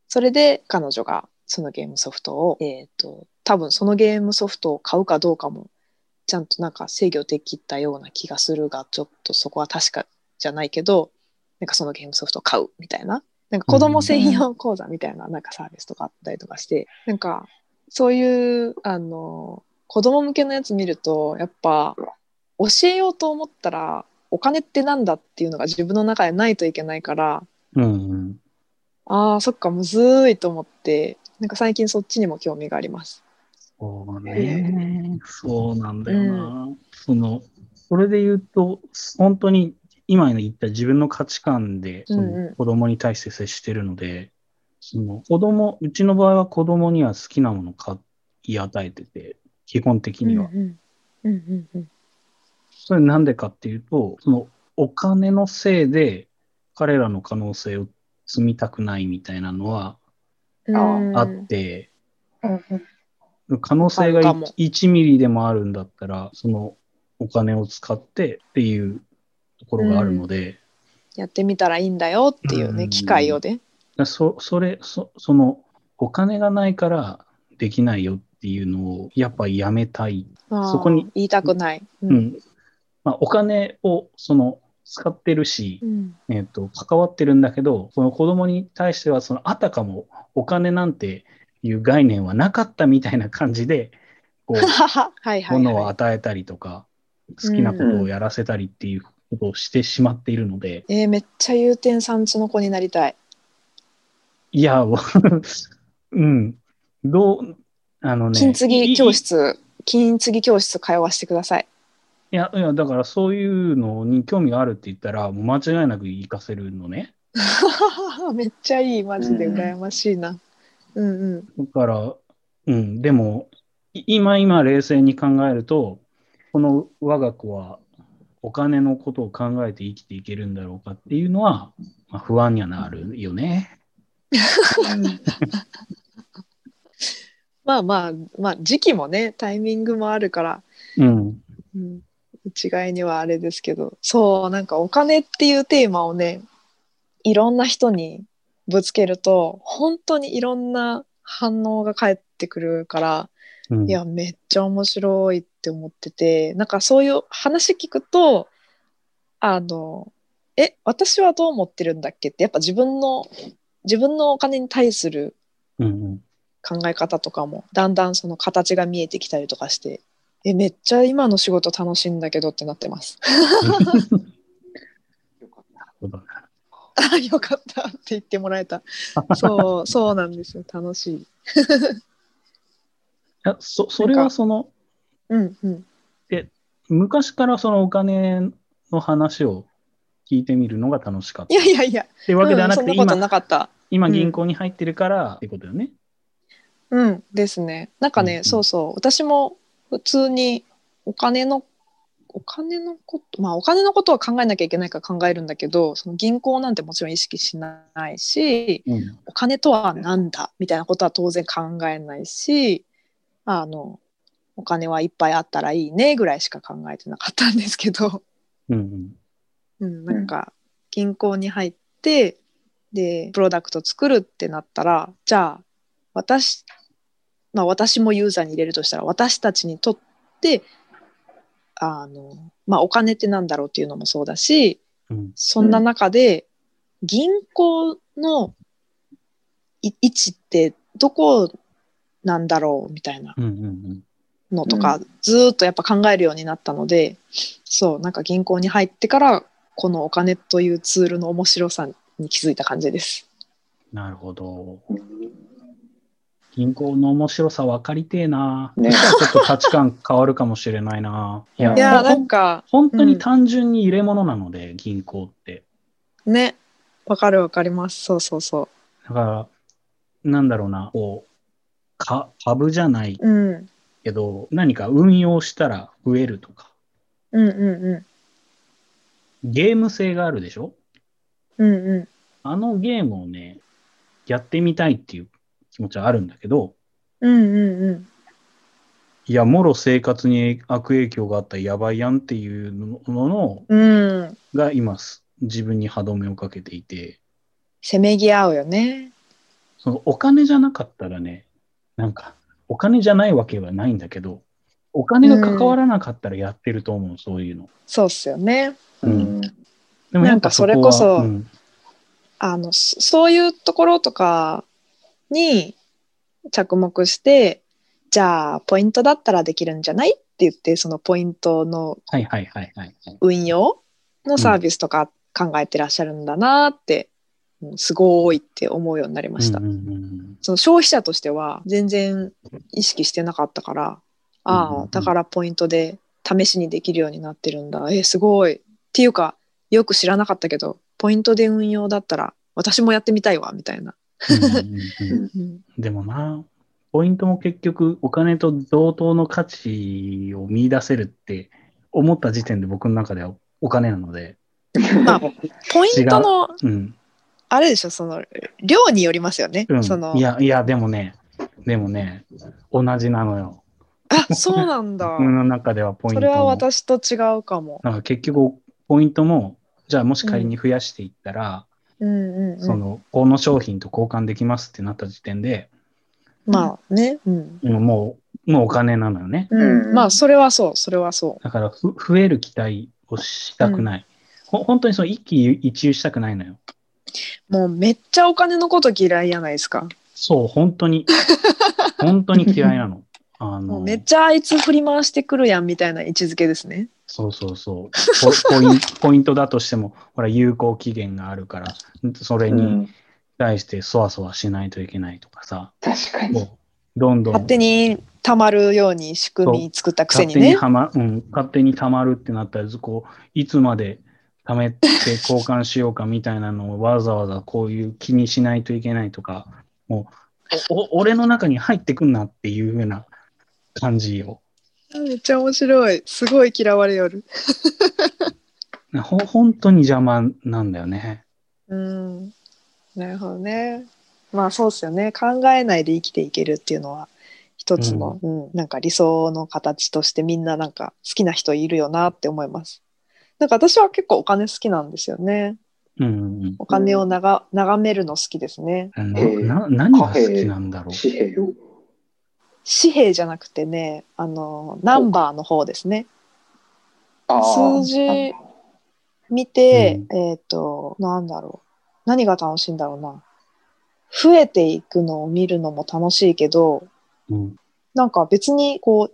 S2: それで彼女がそのゲームソフトを、えっ、と、多分そのゲームソフトを買うかどうかも、ちゃんとなんか制御できたような気がするが、ちょっとそこは確かじゃないけど、なんかそのゲームソフトを買うみたいな、なんか子供専用講座みたいななんかサービスとかあったりとかして、なんかそういう、あの、子供向けのやつ見ると、やっぱ教えようと思ったら、お金ってなんだっていうのが自分の中でないといけないから、
S1: うん、うん。
S2: ああ、そっか、むずーいと思って、なんか最近そっちにも興味があります。
S1: そうね。そうなんだよな。その、それで言うと、本当に今言った自分の価値観で、そ
S2: うんう
S1: の
S2: ん
S1: 子供に対して接してるので、その子供、うちの場合は子供には好きなもの買い与えてて、基本的には。
S2: うんうんうんうん
S1: それなんでかっていうと、そのお金のせいで彼らの可能性を積みたくないみたいなのは
S2: うん
S1: あ
S3: あ
S1: って、
S3: うんうん
S1: 可能性が
S2: あるかも
S1: 1ミリでもあるんだったら、そのお金を使ってっていうところがあるので、
S2: やってみたらいいんだよっていうね、
S1: うん
S2: 機会をね。
S1: そそれそ、そのお金がないからできないよっていうのをやっぱやめたい
S2: あー
S1: そこに
S2: 言いたくない。う
S1: う。んまあ、お金をその使ってるし
S2: う、ん
S1: えっと関わってるんだけどその子供に対してはそのあたかもお金なんていう概念はなかったみたいな感じでこう
S2: はいはい、
S1: 物を
S2: は
S1: 与えたりとか好きなことをやらせたりっていうことをしてしまっているので、
S2: い。えー、めっちゃ祐天さんちの子になりたい。
S1: いや、もう うん、どうあのね
S2: 金継ぎ教
S1: い
S2: 室、金継ぎ教室通わせてください。
S1: いやいやだからそういうのに興味があるって言ったらもう間違いなく行かせるのね。
S2: めっちゃいい、マジで羨ましいな。うんうん。
S1: だから、うん、でも、い今今冷静に考えると、この我が子はお金のことを考えて生きていけるんだろうかっていうのは、まあ、不安にはなるよね。
S2: まあまあ、まあ、時期もね、タイミングもあるから、
S1: うん。
S2: うん、一概にはあれですけど、そう、なんかお金っていうテーマをね、いろんな人にぶつけると、本当にいろんな反応が返ってくるから、
S1: うん、
S2: いや、めっちゃ面白いって思ってて、なんかそういう話聞くと、あの、え、私はどう思ってるんだっけって、やっぱ自分の、自分のお金に対する
S1: うんうん、
S2: 考え方とかも、だんだんその形が見えてきたりとかして、え、めっちゃ今の仕事楽しいんだけどってなってます。
S3: よかった
S1: そうだな
S2: あ、よかったって言ってもらえ た。そう、そうなんですよ。楽しい。
S1: いやそそれはその、
S2: うんうん。
S1: 昔からそのお金の話を聞いてみるのが楽しかっ
S2: い
S1: たっ
S2: やいやいや、
S1: ていうわけではな
S2: う
S1: く
S2: ん
S1: て、
S2: そんなこと
S1: 今
S2: なかった。
S1: 今
S2: うん
S1: 銀行に入ってるからってことよね。
S2: うんですね。なんかね、
S1: うんうん
S2: そうそう。私も普通にお金の、お金のこと、まあお金のことは考えなきゃいけないから考えるんだけど、その銀行なんてもちろん意識しないし、
S1: うん
S2: お金とは何だみたいなことは当然考えないし、あの、お金はいっぱいあったらいいねぐらいしか考えてなかったんですけど。
S1: うんうん
S2: うん、なんか銀行に入ってでプロダクト作るってなったらじゃあ私、まあ、私もユーザーに入れるとしたら私たちにとってあの、まあ、お金ってなんだろうっていうのもそうだし
S1: うん
S2: そんな中で銀行のい位置ってどこなんだろうみたいな
S1: うんうん
S2: のとか、
S3: う
S2: ずーっとやっぱ考えるようになったのでそうなんか銀行に入ってからこのお金というツールの面白さに気づいた感じです。
S1: なるほど。銀行の面白さ分かりてえな。
S3: ね
S1: そしたらちょっと価値観変わるかもしれないな。いや、
S2: いやー
S1: ほん
S2: なんか
S1: 本当に単純に入れ物なので、銀行って。
S2: ねわかるわかりますそうそうそ、
S1: だから、なんだろうな、こう、か株じゃないう
S2: うん、
S1: けど、何か運用したら増えるとか、
S2: うんうん
S1: ゲーム性があるでしょ
S2: うんうんうん
S1: あのゲームをね、やってみたいっていう気持ちはあるんだけど、
S2: うんうんうん
S1: いや、もろ生活に悪影響があったらやばいやんっていうのの
S2: うん
S1: が今す自分に歯止めをかけていて
S2: せめぎ合うよね
S1: そのお金じゃなかったらねなんかお金じゃないわけはないんだけどお金が関わらなかったらやってると思う、そういうの。
S2: そうっすよね
S1: うんで
S2: なんかそれこそ
S1: やっぱこは
S2: あのそそういうところとかに着目してじゃあポイントだったらできるんじゃないって言ってそのポイント
S1: う
S2: の
S1: んはいはいはいはい、はい。
S2: 運用のサービスとか考えてらっしゃるんだなって、うんすごいって思うようになりました、
S1: うんうんうん
S2: その消費者としては全然意識してなかったからあ
S1: う
S2: あ、
S1: んうんうん
S2: だからポイントで試しにできるようになってるんだえすごいっていうかよく知らなかったけどポイントで運用だったら私もやってみたいわみたいな、
S1: うんうんうんう
S2: うん
S1: んでもなポイントも結局お金と同等の価値を見出せるって思った時点で僕の中ではお金なので、
S2: まあポイントの、
S1: うん。
S2: あれでしょ、その、量によりますよね。
S1: うん
S2: その
S1: い、や、いや、でもね、でもね、同じなのよ。
S2: あ、そうな んだ。
S1: 僕の中ではポイン
S2: そ
S1: ト
S2: れは
S1: も。
S2: 私と違うかも。
S1: なんか結局、ポイントも、じゃあもし仮に増やしていったら、
S2: うんうん、う
S1: そ
S2: ん。
S1: の、この商品と交換できますってなった時点で、
S2: まあね。うん。
S1: うんもう、もうお金なのよね。
S2: うん
S3: うん
S2: まあ、それはそう、それはそ
S1: だからふ、増える期待をしたくない。ほ本当にその一喜一憂したくないのよ。
S2: う。もうめっちゃお金のこと嫌いじゃないですか。
S1: そう、本当に。本当に嫌いなの。あ
S2: もう
S1: の
S2: め、っちゃあいつ振り回してくるやんみたいな位置づけですね。
S1: そうそうそうポポイン。ポイントだとしても、ほら、有効期限があるから、それ
S3: う
S1: に
S3: ん、
S1: 対してそわそわしないといけないとかさ、
S3: 確かに。
S1: もう、どんどん
S2: 勝手に溜まるように仕組み作ったくせ
S1: 勝
S2: に
S1: 手に
S2: ね。
S1: はま、うん、勝手に溜まるってなったら、こう、いつまで貯めて交換しようかみたいなのをわざわざこういう気にしないといけないとか、もう、おお俺の中に入ってくんなっていうふうな感じよ。
S2: めっちゃ面白い。すごい嫌われよる。
S1: ほ本当に邪魔なんだよね。
S2: うん。なるほどね。まあそうですよね。考えないで生きていけるっていうのは一つの、うんなんか理想の形としてみんななんか好きな人いるよなって思います。なんか私は結構お金好きなんですよね。
S1: うん
S2: お金をなが眺めるの好きですね。
S1: うん。
S3: えー
S1: なな何が好きなんだろう。
S3: 紙幣を。
S2: 紙幣じゃなくてね、あの、ナンバーの方ですね。
S3: あー
S2: 数字見て、えっ、と、なんだろう。何が楽しいんだろうな。増えていくのを見るのも楽しいけど、
S1: うん
S2: なんか別にこう、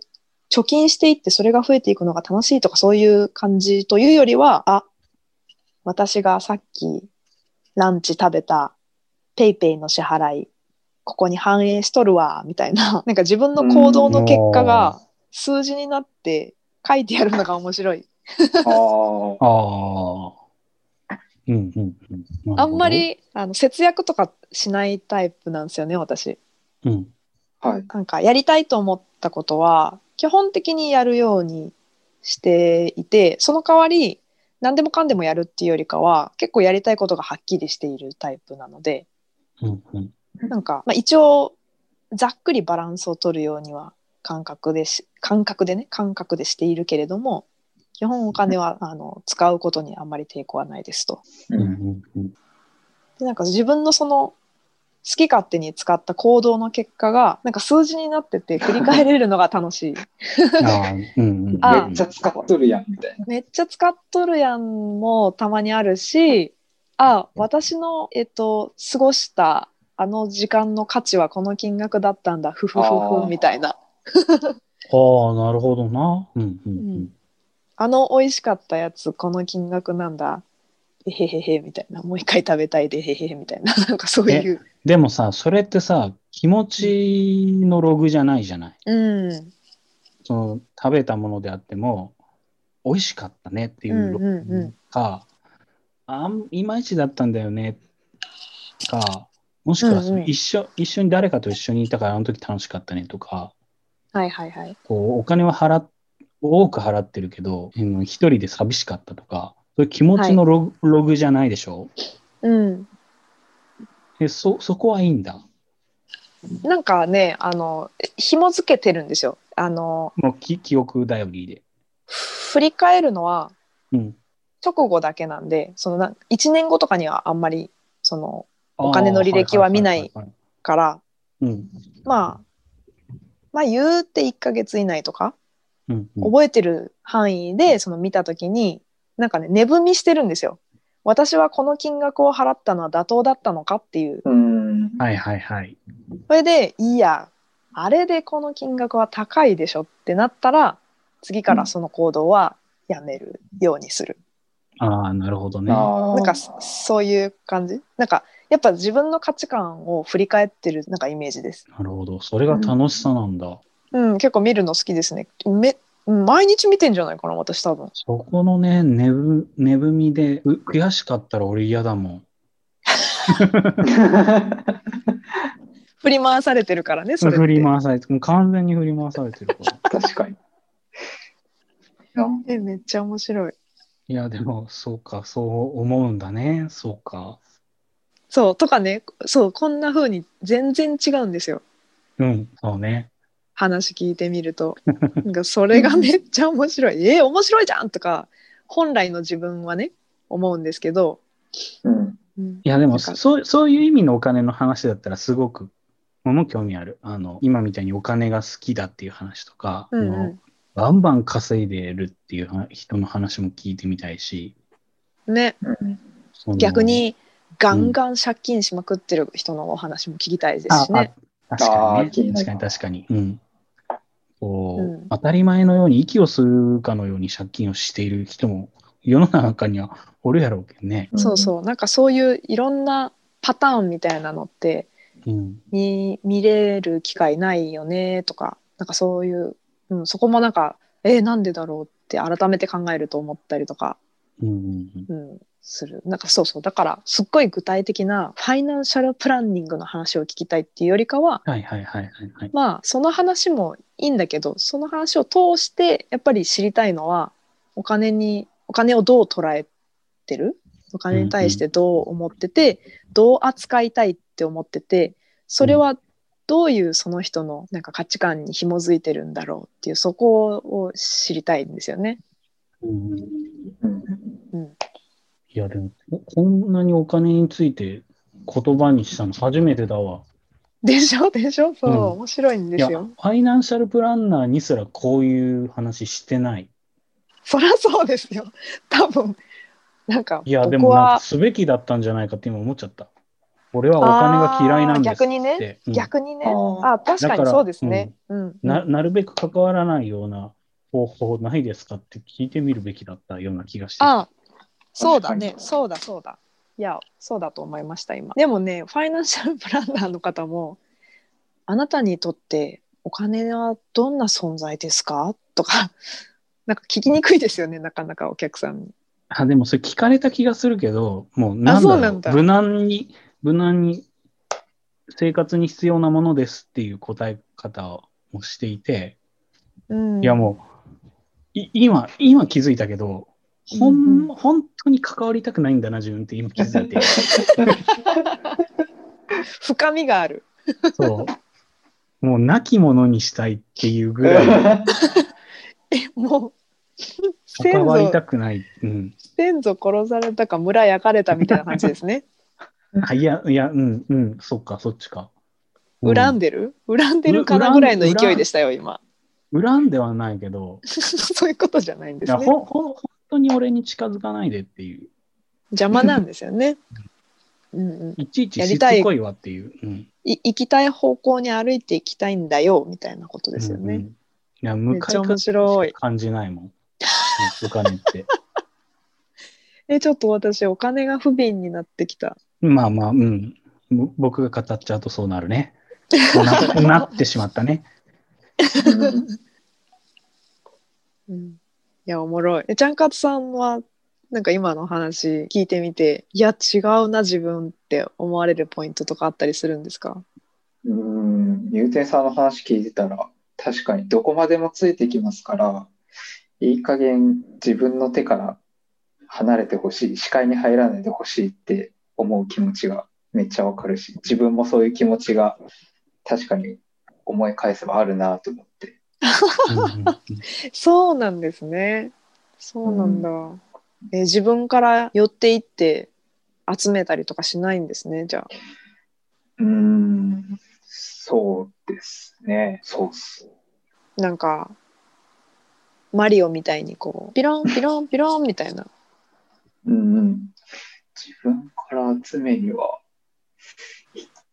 S2: 貯金していってそれが増えていくのが楽しいとかそういう感じというよりは、あ、私がさっきランチ食べたペイペイの支払い、ここに反映しとるわ、みたいな。 なんか自分の行動の結果が数字になって書いてやるのが面白い。
S3: あー
S1: ああ。うんうんうん。
S2: あんま、りあの節約とかしないタイプなんですよね私
S1: うん、
S3: はい。
S2: なんかやりたいと思ったことは基本的にやるようにしていてその代わり何でもかんでもやるっていうよりかは結構やりたいことがはっきりしているタイプなので
S1: うんうん。
S2: なんか、まあ、一応ざっくりバランスを取るようには感覚でし感覚でね感覚でしているけれども基本お金はあの使うことにあんまり抵抗はないですと。
S1: うんうん うん。
S2: でなんか自分のその好き勝手に使った行動の結果がなんか数字になってて振り返れるのが楽しい
S1: ああ、うんうん。
S2: あー
S3: めっちゃ使っとるやん、みたいな。
S2: めっちゃ使っとるやんもたまにあるしあ私の、えっと、過ごしたあの時間の価値はこの金額だったんだふふふ
S3: あ
S2: ふ
S3: ー
S2: みたいな
S1: ああ、なるほどな。うんうんうん。
S2: あの美味しかったやつこの金額なんだえへへへみたいなもう一回食べたいでへへへみたいな なんかそういう
S1: でもさ、それってさ、気持ちのログじゃないじゃない。
S2: うん
S1: その食べたものであっても、美味しかったねっていうロ
S2: うんうんうん
S1: グか、あんいまいちだったんだよねか、もしくはその
S2: うんうん
S1: 一緒、一緒に誰かと一緒にいたからあの時楽しかったねとか、
S2: はいはいはい
S1: こうお金は払っ多く払ってるけど、うん一人で寂しかったとか、そういう気持ちのログ,、ログじゃないでしょ
S2: うん
S1: えそ、そこはいいんだ。
S2: なんかね、あの、紐付けてるんですよ。あの、
S1: もうき記憶頼りで。
S2: 振り返るのは
S1: うん。
S2: 直後だけなんで、そのな1年後とかにはあんまり、その、お金の履歴は見ない
S1: あー。はい
S2: から、
S1: はいはいはいうん。
S2: まあ、まあ言うて1ヶ月以内とか、
S1: うんうん
S2: 覚えてる範囲で、その見たときに、なんかね、値踏みしてるんですよ。私はこの金額を払ったのは妥当だったのかっていう。
S3: うん。
S1: はいはいはい。
S2: それで、いや、あれでこの金額は高いでしょってなったら、次からその行動はやめるようにする。
S1: ああ、なるほどね。
S3: あ
S2: なんか
S3: ー
S2: そそういう感じなんかやっぱ自分の価値観を振り返ってるなんかイメージです。
S1: なるほど。それが楽しさなんだ。
S2: うん、結構見るの好きですね。めうん毎日見てんじゃないかな私多分。
S1: そこのね、ねぶ、ねぶみで、う悔しかったら俺嫌だもん。
S2: 振り回されてるからねそれって
S1: 振り回されて、もう完全に振り回されてるから。
S3: 確かに。
S2: え、めっちゃ面白い。
S1: いや、でも、そうか、そう思うんだね。そうか。
S2: そう、とかね、そう、こんな風に全然違うんですよ。
S1: うん、そうね。
S2: 話聞いてみる と。なんかそれがめっちゃ面白い。えー、面白いじゃんとか、本来の自分はね、思うんですけど。
S3: うん。
S2: うん
S1: いや、でも、
S2: なんか
S1: そう、そういう意味のお金の話だったら、すごく、もの興味ある。あの、今みたいにお金が好きだっていう話とか、
S2: うん
S1: もう
S2: う
S1: バンバン稼いでるっていうは人の話も聞いてみたいし、
S2: ん、ね、
S1: その
S2: 逆、にガンガン借金しまくってる人のお話も聞きたいです
S1: あ
S2: しね。
S1: あ確か
S3: あー気
S1: に
S3: に
S1: ね。確
S3: なる
S1: かに確かに。うん。こう、
S2: うん
S1: 当たり前のように息を吸うかのように借金をしている人も世の中にはおるやろうけどね。
S2: そう
S3: う。
S2: そう、なんかそういういろんなパターンみたいなのって
S1: うん。
S2: 見見れる機会ないよねとか、なんかそういう、うん、そこもなんか、えーなんでだろうって改めて考えると思ったりとか、
S1: うんうん
S2: うん、する。なんかそうそう、だからすっごい具体的なファイナンシャルプランニングの話を聞きたいっていうよりかは、
S1: うん。はいはいはいはい、はい。
S2: まあその話もいいんだけどその話を通してやっぱり知りたいのはお金にお金をどう捉えてるお金に対してどう思ってて、どう扱いたいって思っててそれはどういうその人のなんか価値観に紐づいてるんだろうっていうそこを知りたいんですよね。
S1: うんうん、い
S3: うん。
S1: やでも、ここんなにお金について言葉にしたの初めてだわ。
S2: でしょでしょそう、
S1: うん
S2: 面白いんで
S1: いや、
S2: す
S1: フ
S2: よ。
S1: ァイナンシャルプランナーにすらこういう話してない。
S2: そりゃそうですよ。多分なんか
S1: いや、で
S2: 僕
S1: もなん
S2: は
S1: かすべきだったんじゃないかって今思っちゃった。俺はお金が嫌いなんですって。
S2: あー逆にね
S1: うん
S2: 逆にね、
S3: あー
S2: あ確か
S1: だか
S2: に
S1: ら
S2: そうですね。うん
S1: ななるべく関わらないような方法ないですかって聞いてみるべきだったような気がして。
S2: あそうだね
S3: 確かに
S2: そうだそうだいやそうだと思いました今でもねファイナンシャル プランナーの方もあなたにとってお金はどんな存在ですかとか なんか聞きにくいですよねなかなかお客さんに
S1: あでもそれ聞かれた気がするけど、もうなんだろ
S2: そう
S1: う
S2: なんだ
S1: 無難に、無難に生活に必要なものですっていう答え方をしていて、
S2: うん
S1: いやもう、い今、今気づいたけど、ほん、
S2: うん
S1: 本当に関わりたくないんだな、自分って今気づいて。
S2: 深みがある
S1: そう。もう、亡き者にしたいっていうぐらい、
S2: えも う 先
S1: 関わりた
S2: 祖
S1: くない。うん。
S2: 先祖殺されたか村焼かれたみたいな感じですね
S1: あいや、いや、うん、うん、そっか、そっちか。 うん
S2: 恨んでる恨んでるかな
S1: 恨ん
S2: ぐらいの勢いでしたよ今
S1: 恨んではないけど、
S2: そういうことじゃないんで
S1: い
S2: す
S1: や
S2: ね
S1: ほんほん本当に俺に近づかないでっていう、
S2: 邪魔なんですよね。うんうん、
S1: いちいち
S2: や
S1: し
S2: り
S1: つ
S2: たい
S1: こいわっていう。うん、
S2: い行きたい方向に歩いていきたいんだよみたいなことですよ
S1: うんうん
S2: ね。
S1: いや、
S2: め
S1: 向
S2: っ
S1: か
S2: ちゃ面白い。
S1: 感じないもん。お金って。
S2: えちょっと私お金が不憫になってきた。
S1: まあまあ、うん。ぼ僕が語っちゃうとそうなるね。ななってしまった ね。
S2: うん、いやおもろい。えちゃんかつさんはなんか今の話聞いてみていや違うな自分って思われるポイントとかあったりするんですか
S3: うん。ゆうてんさんの話聞いてたら、確かにどこまでもついてきますから、いい加減自分の手から離れてほしい、視界に入らないでほしいって思う気持ちがめっちゃわかるし、自分もそういう気持ちが確かに思い返せばあるなと思って。
S1: うんうんうん
S2: そうなんですね。そうなんだ。え自分から寄っていって集めたりとかしないんですねじゃあ。
S3: うーん、そうですね。そうっす。
S2: なんかマリオみたいにこうピロンピロンピロンみたいな
S3: うんうん。自分から集めには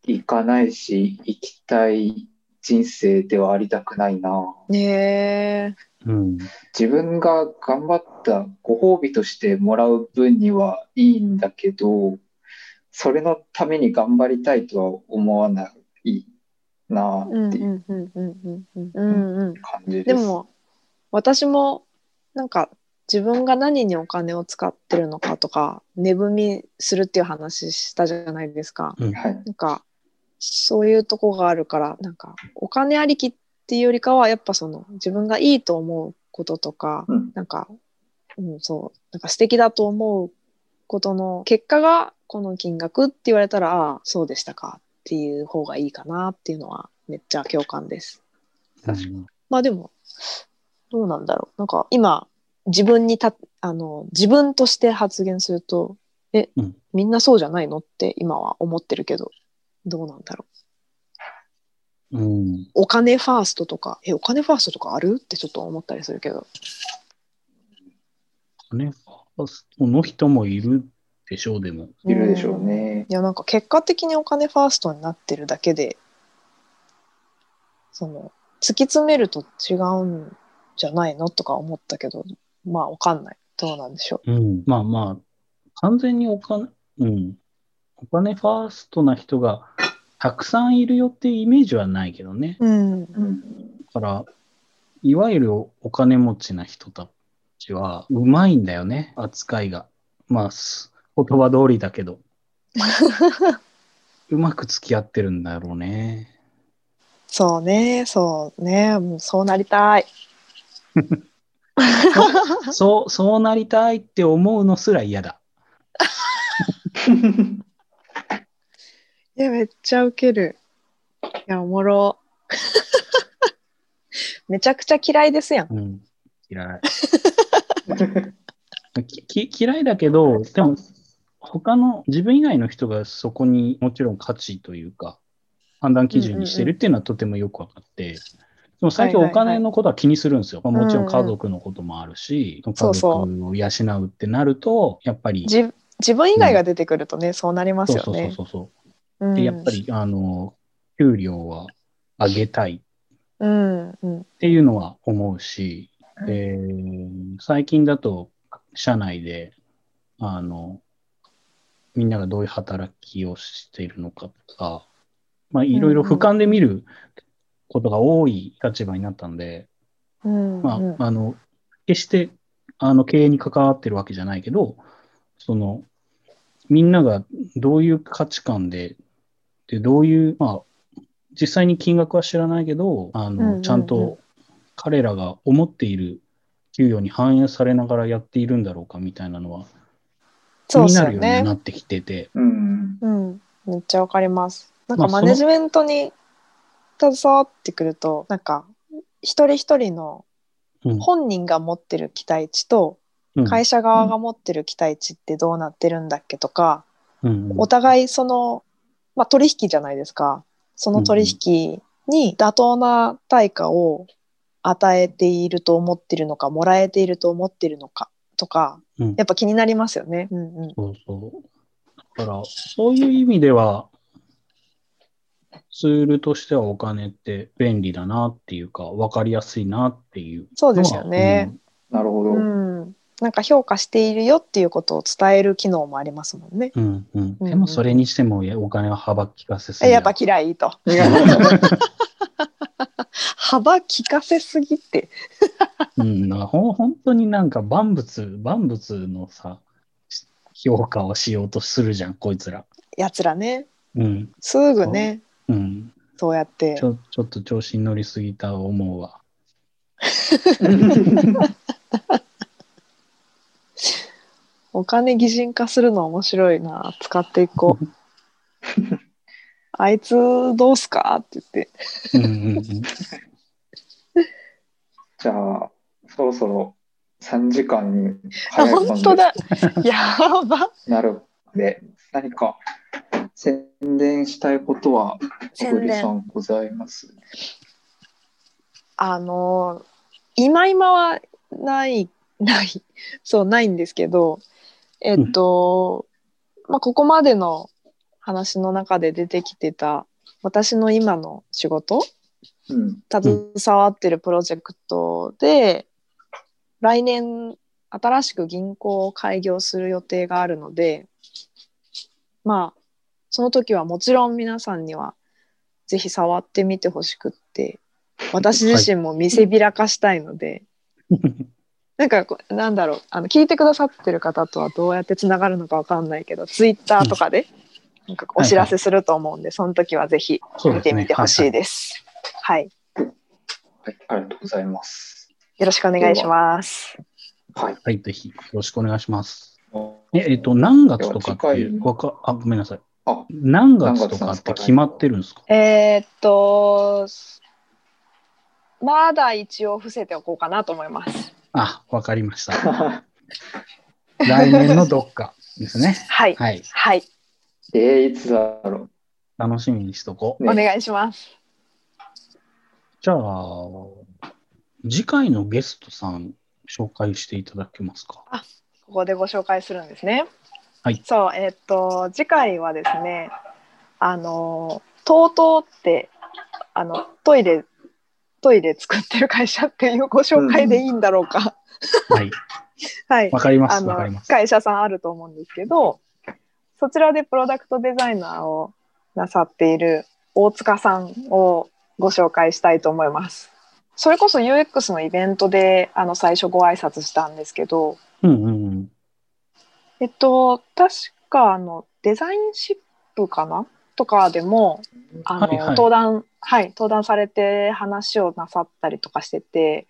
S3: いいかないし、行きたい人生ではありたくないな。
S2: ねえ
S1: うん
S3: 自分が頑張ったご褒美としてもらう分にはいいんだけど、それのために頑張りたいとは思わないな
S2: うん
S3: っ
S2: う
S3: ていうん
S2: うんうんうんうんうん
S3: 感じです。
S2: でも私もなんか自分が何にお金を使ってるのかとか値踏みするっていう話したじゃないですか
S1: うん
S3: はい。
S2: なんかそういうとこがあるからなんかお金ありきっていうよりかはやっぱその自分がいいと思うこととか、
S3: うん
S2: なんか、うん、そう、なんか素敵だと思うことの結果がこの金額って言われたら、ああ、そうでしたかっていう方がいいかなっていうのはめっちゃ共感です。
S1: 確かに。
S2: まあでも、どうなんだろう。なんか今、自分にた、あの、自分として発言すると、え、
S1: うん
S2: みんなそうじゃないのって今は思ってるけど、どうなんだろう。
S1: うん。
S2: お金ファーストとか、え、お金ファーストとかあるってちょっと思ったりするけど。
S1: ね、ファーストの人もいるでしょう、でも。
S3: いるでしょうね。
S2: いやなんか結果的にお金ファーストになってるだけでその突き詰めると違うんじゃないのとか思ったけどまあわかんないどうなんでしょ
S1: うん。まあまあ、完全にお金、うん。お金ファーストな人がたくさんいるよってイメージはないけどね。
S2: う。うん
S3: うん。
S1: だから、いわゆるお金持ちな人たちは、うまいんだよね、扱いが。まあ、す言葉通りだけど。うまく付き合ってるんだろうね。
S2: そうねそうねもうそうなりたい。
S1: そう、そうなりたいって思うのすら嫌だ。
S2: いやめっちゃウケる。いやおもろ。 めちゃくちゃ嫌いですやん。
S1: うん。嫌い。 きき嫌いだけど、でも、他の、自分以外の人がそこにもちろん価値というか、判断基準にしてるっていうのはとてもよく分かって、でも最近
S2: は
S1: お
S2: いはいはい
S1: 金のことは気にするんですよ。まあ
S2: うんうん
S1: もちろん家族のこともあるし、
S2: そうそう
S1: 家族を養うってなると、やっぱり、
S2: じ自分以外が出てくるとね、そうなります
S1: そう
S2: よ
S1: そうそうそう
S2: ね。
S1: そうう。
S2: ん
S1: で、やっぱり、あの、給料は上げたい
S2: うんうん
S1: っていうのは思うし、
S3: うん
S1: え最近だと社内であのみんながどういう働きをしているのかとか、まあ、いろいろ俯瞰で見ることが多い立場になったんで、
S2: うん
S1: ま
S2: うん
S1: あ、あの決してあの経営に関わってるわけじゃないけどそのみんながどういう価値観ででどういう、まあ、実際に金額は知らないけどあの、
S2: うんうんうん
S1: ちゃんと彼らが思っている給与に反映されながらやっているんだろうかみたいなのは気
S2: そうっ
S1: に
S2: す
S1: な
S2: よ
S1: るように
S2: ね。
S1: なってきてて、
S3: うん。
S2: うん、めっちゃわかります。なんか
S1: まあ
S2: マ
S1: その
S2: ネジメントに携わってくると、なんか一人一人の
S1: うん
S2: 本人が持ってる期待値と
S1: うん
S2: 会社側が持ってる期待値ってどうなってるんだっけとか、
S1: うんうん
S2: お互いその、まあ、取引じゃないですか。その取引に妥当な対価を与えていると思ってるのか、もらえていると思ってるのかとか、
S1: うん
S2: やっぱ気になりますよね。うんうん。
S1: そうそう。だから、そういう意味では、ツールとしてはお金って便利だなっていうか、分かりやすいなっていう
S2: そう
S1: のは。
S2: ですよね。
S3: なるほど。
S2: う ん、なんか評価しているよっていうことを伝える機能もありますもんね。
S1: うん。うん
S2: う
S1: うんん。でも、それにしてもいやお金は幅利かせすぎ
S2: え
S1: だ
S2: やっぱ嫌いと。幅利かせすぎって。
S1: うん。なんかほん本当になんか万物、万物のさ、し評価をしようとするじゃん、こいつら。
S2: やつらね、
S1: うん。
S2: すぐね、
S1: うん。
S2: そうやって
S1: ち。ょちょっと調子に乗りすぎた思う わ。
S2: お金擬人化するの面白いな。使っていこう。 あいつどうすかって
S1: う
S2: 言って。
S1: んうんうん。
S3: じゃあ、そろそろ3時間に
S2: あ、
S3: 早い
S2: 本当だ。やば。
S3: なるので、何か宣伝したいことは、小栗さ。んございます。
S2: あの、今今はない、 ない、そう、ないんですけど、えっと、まあ、ここまでの話の中で出てきてた、私の今の仕事、
S3: うん。
S2: 携わってるプロジェクトで、来年、新しく銀行を開業する予定があるので、まあ、その時はもちろん皆さんには、ぜひ触ってみてほしくって、私自身も見せびらかしたいので、なんかこう、なんだろう、あの、聞いてくださってる方とはどうやってつながるのかわかんないけど、ツイッターとかで、なんかお知らせすると思うんで、その時はぜひ
S1: そう
S2: 見
S1: で
S2: て
S1: すね。
S2: みてほしい
S1: で
S2: です。はい。
S3: はい、ありがとうございます。
S2: よろしくお願いします。
S3: はい。
S1: はい、ぜひ、よろしくお願いします。え、えっと、何月とかっていう、わか、あ、ごめんなさい。
S3: あ
S1: 何月とかって決まってるんですか
S2: えーっと、まだ一応伏せておこうかなと思います。
S1: あ、わかりま した。来年のどっかですね。
S2: はい。
S1: はい、
S2: はい。
S3: えー、いつだろ
S1: 楽しみにしとこう
S3: う。
S2: お
S3: ね
S2: 願いします。
S1: じゃあ、次回のゲストさん、紹介していただけますか。
S2: ここでご紹介するんですね。
S1: はい
S2: そう、えーっと、次回はですね、あの、TOTO って、あの、トイレ、トイレ作ってる会社っていうご紹介でいいんだろうか。
S1: はい、
S2: はい。
S1: わかりま
S2: あ
S1: す、
S2: の
S1: わかります。
S2: 会社さんあると思うんですけどそちらでプロダクトデザイナーをなさっている大塚さんをご紹介したいと思います。それこそ UX のイベントであの最初ご挨拶したんですけど、
S1: うんうんうん。
S2: えっと、確かあのデザインシップかなとかでもあの、
S1: はいはい
S2: 登壇、はい、登壇されて話をなさったりとかしてて、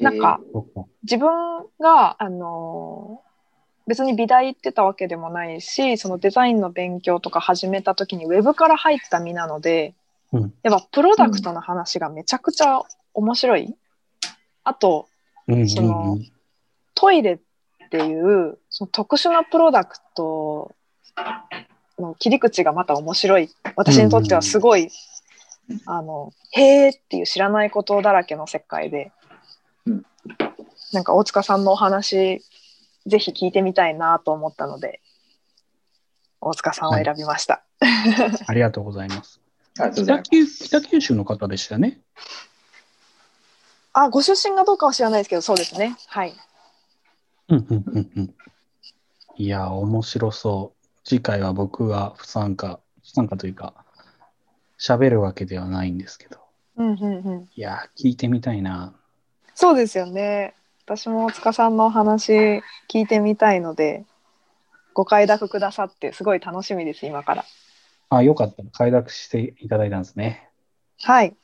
S2: なんか、
S1: そっか
S2: 自分が、あの別に美大行ってたわけでもないしそのデザインの勉強とか始めた時にウェブから入った身なので、
S1: うん
S2: やっぱプロダクトの話がめちゃくちゃ面白い。あと
S1: うんうん
S2: そ
S1: うん
S2: の。トイレっていうその特殊なプロダクトの切り口がまた面白い私にとってはすごい、あのへーっていう知らないことだらけの世界で、
S3: うん
S2: なんか大塚さんのお話ぜひ聞いてみたいなと思ったので大塚さんを選びました、
S1: ありがとうございます。
S3: ありがとうござい
S1: 北
S3: ます。
S1: 九北九州の方でしたね。
S2: あご出身がどうかは知らないですけどそうですねはい
S1: うんうんうんうん。いやー、面白そう。次回は僕は不参加、不参加というか、喋るわけではないんですけど。
S2: うんうんうん
S1: いやー、聞いてみたいな。
S2: そうですよね。私も大塚さんのお話聞いてみたいので、ご快諾くださってすごい楽しみです、今から。
S1: あ、よかった。快諾していただいたんですね。
S2: はい。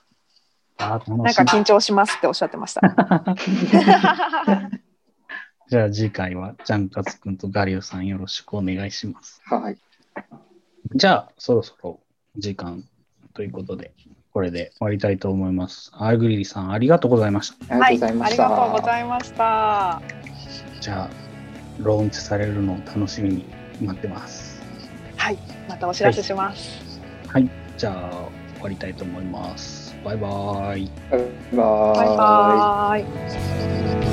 S1: あー、
S2: な
S1: 楽
S2: んか
S1: し
S2: 緊張しますっておっしゃってま した。は
S1: み。じゃあ次回は、ジャンカツくんとガリオさんよろしくお願いします。
S3: はい。
S1: じゃあ、そろそろ時間ということで、これで終わりたいと思います。アーグリリさん、ありがとうございました。
S3: あり
S2: い、
S3: がとうございま
S2: あ
S3: し
S2: り
S3: た。
S2: がとうございました。
S1: じゃあ、ローンチされるのを楽しみに待ってます。
S2: はい、またお知らせします。
S1: はい、じゃあ、終わりたいと思います。バイバーイ。
S2: バ
S3: バイバーイ
S2: イバーイ。
S3: バイ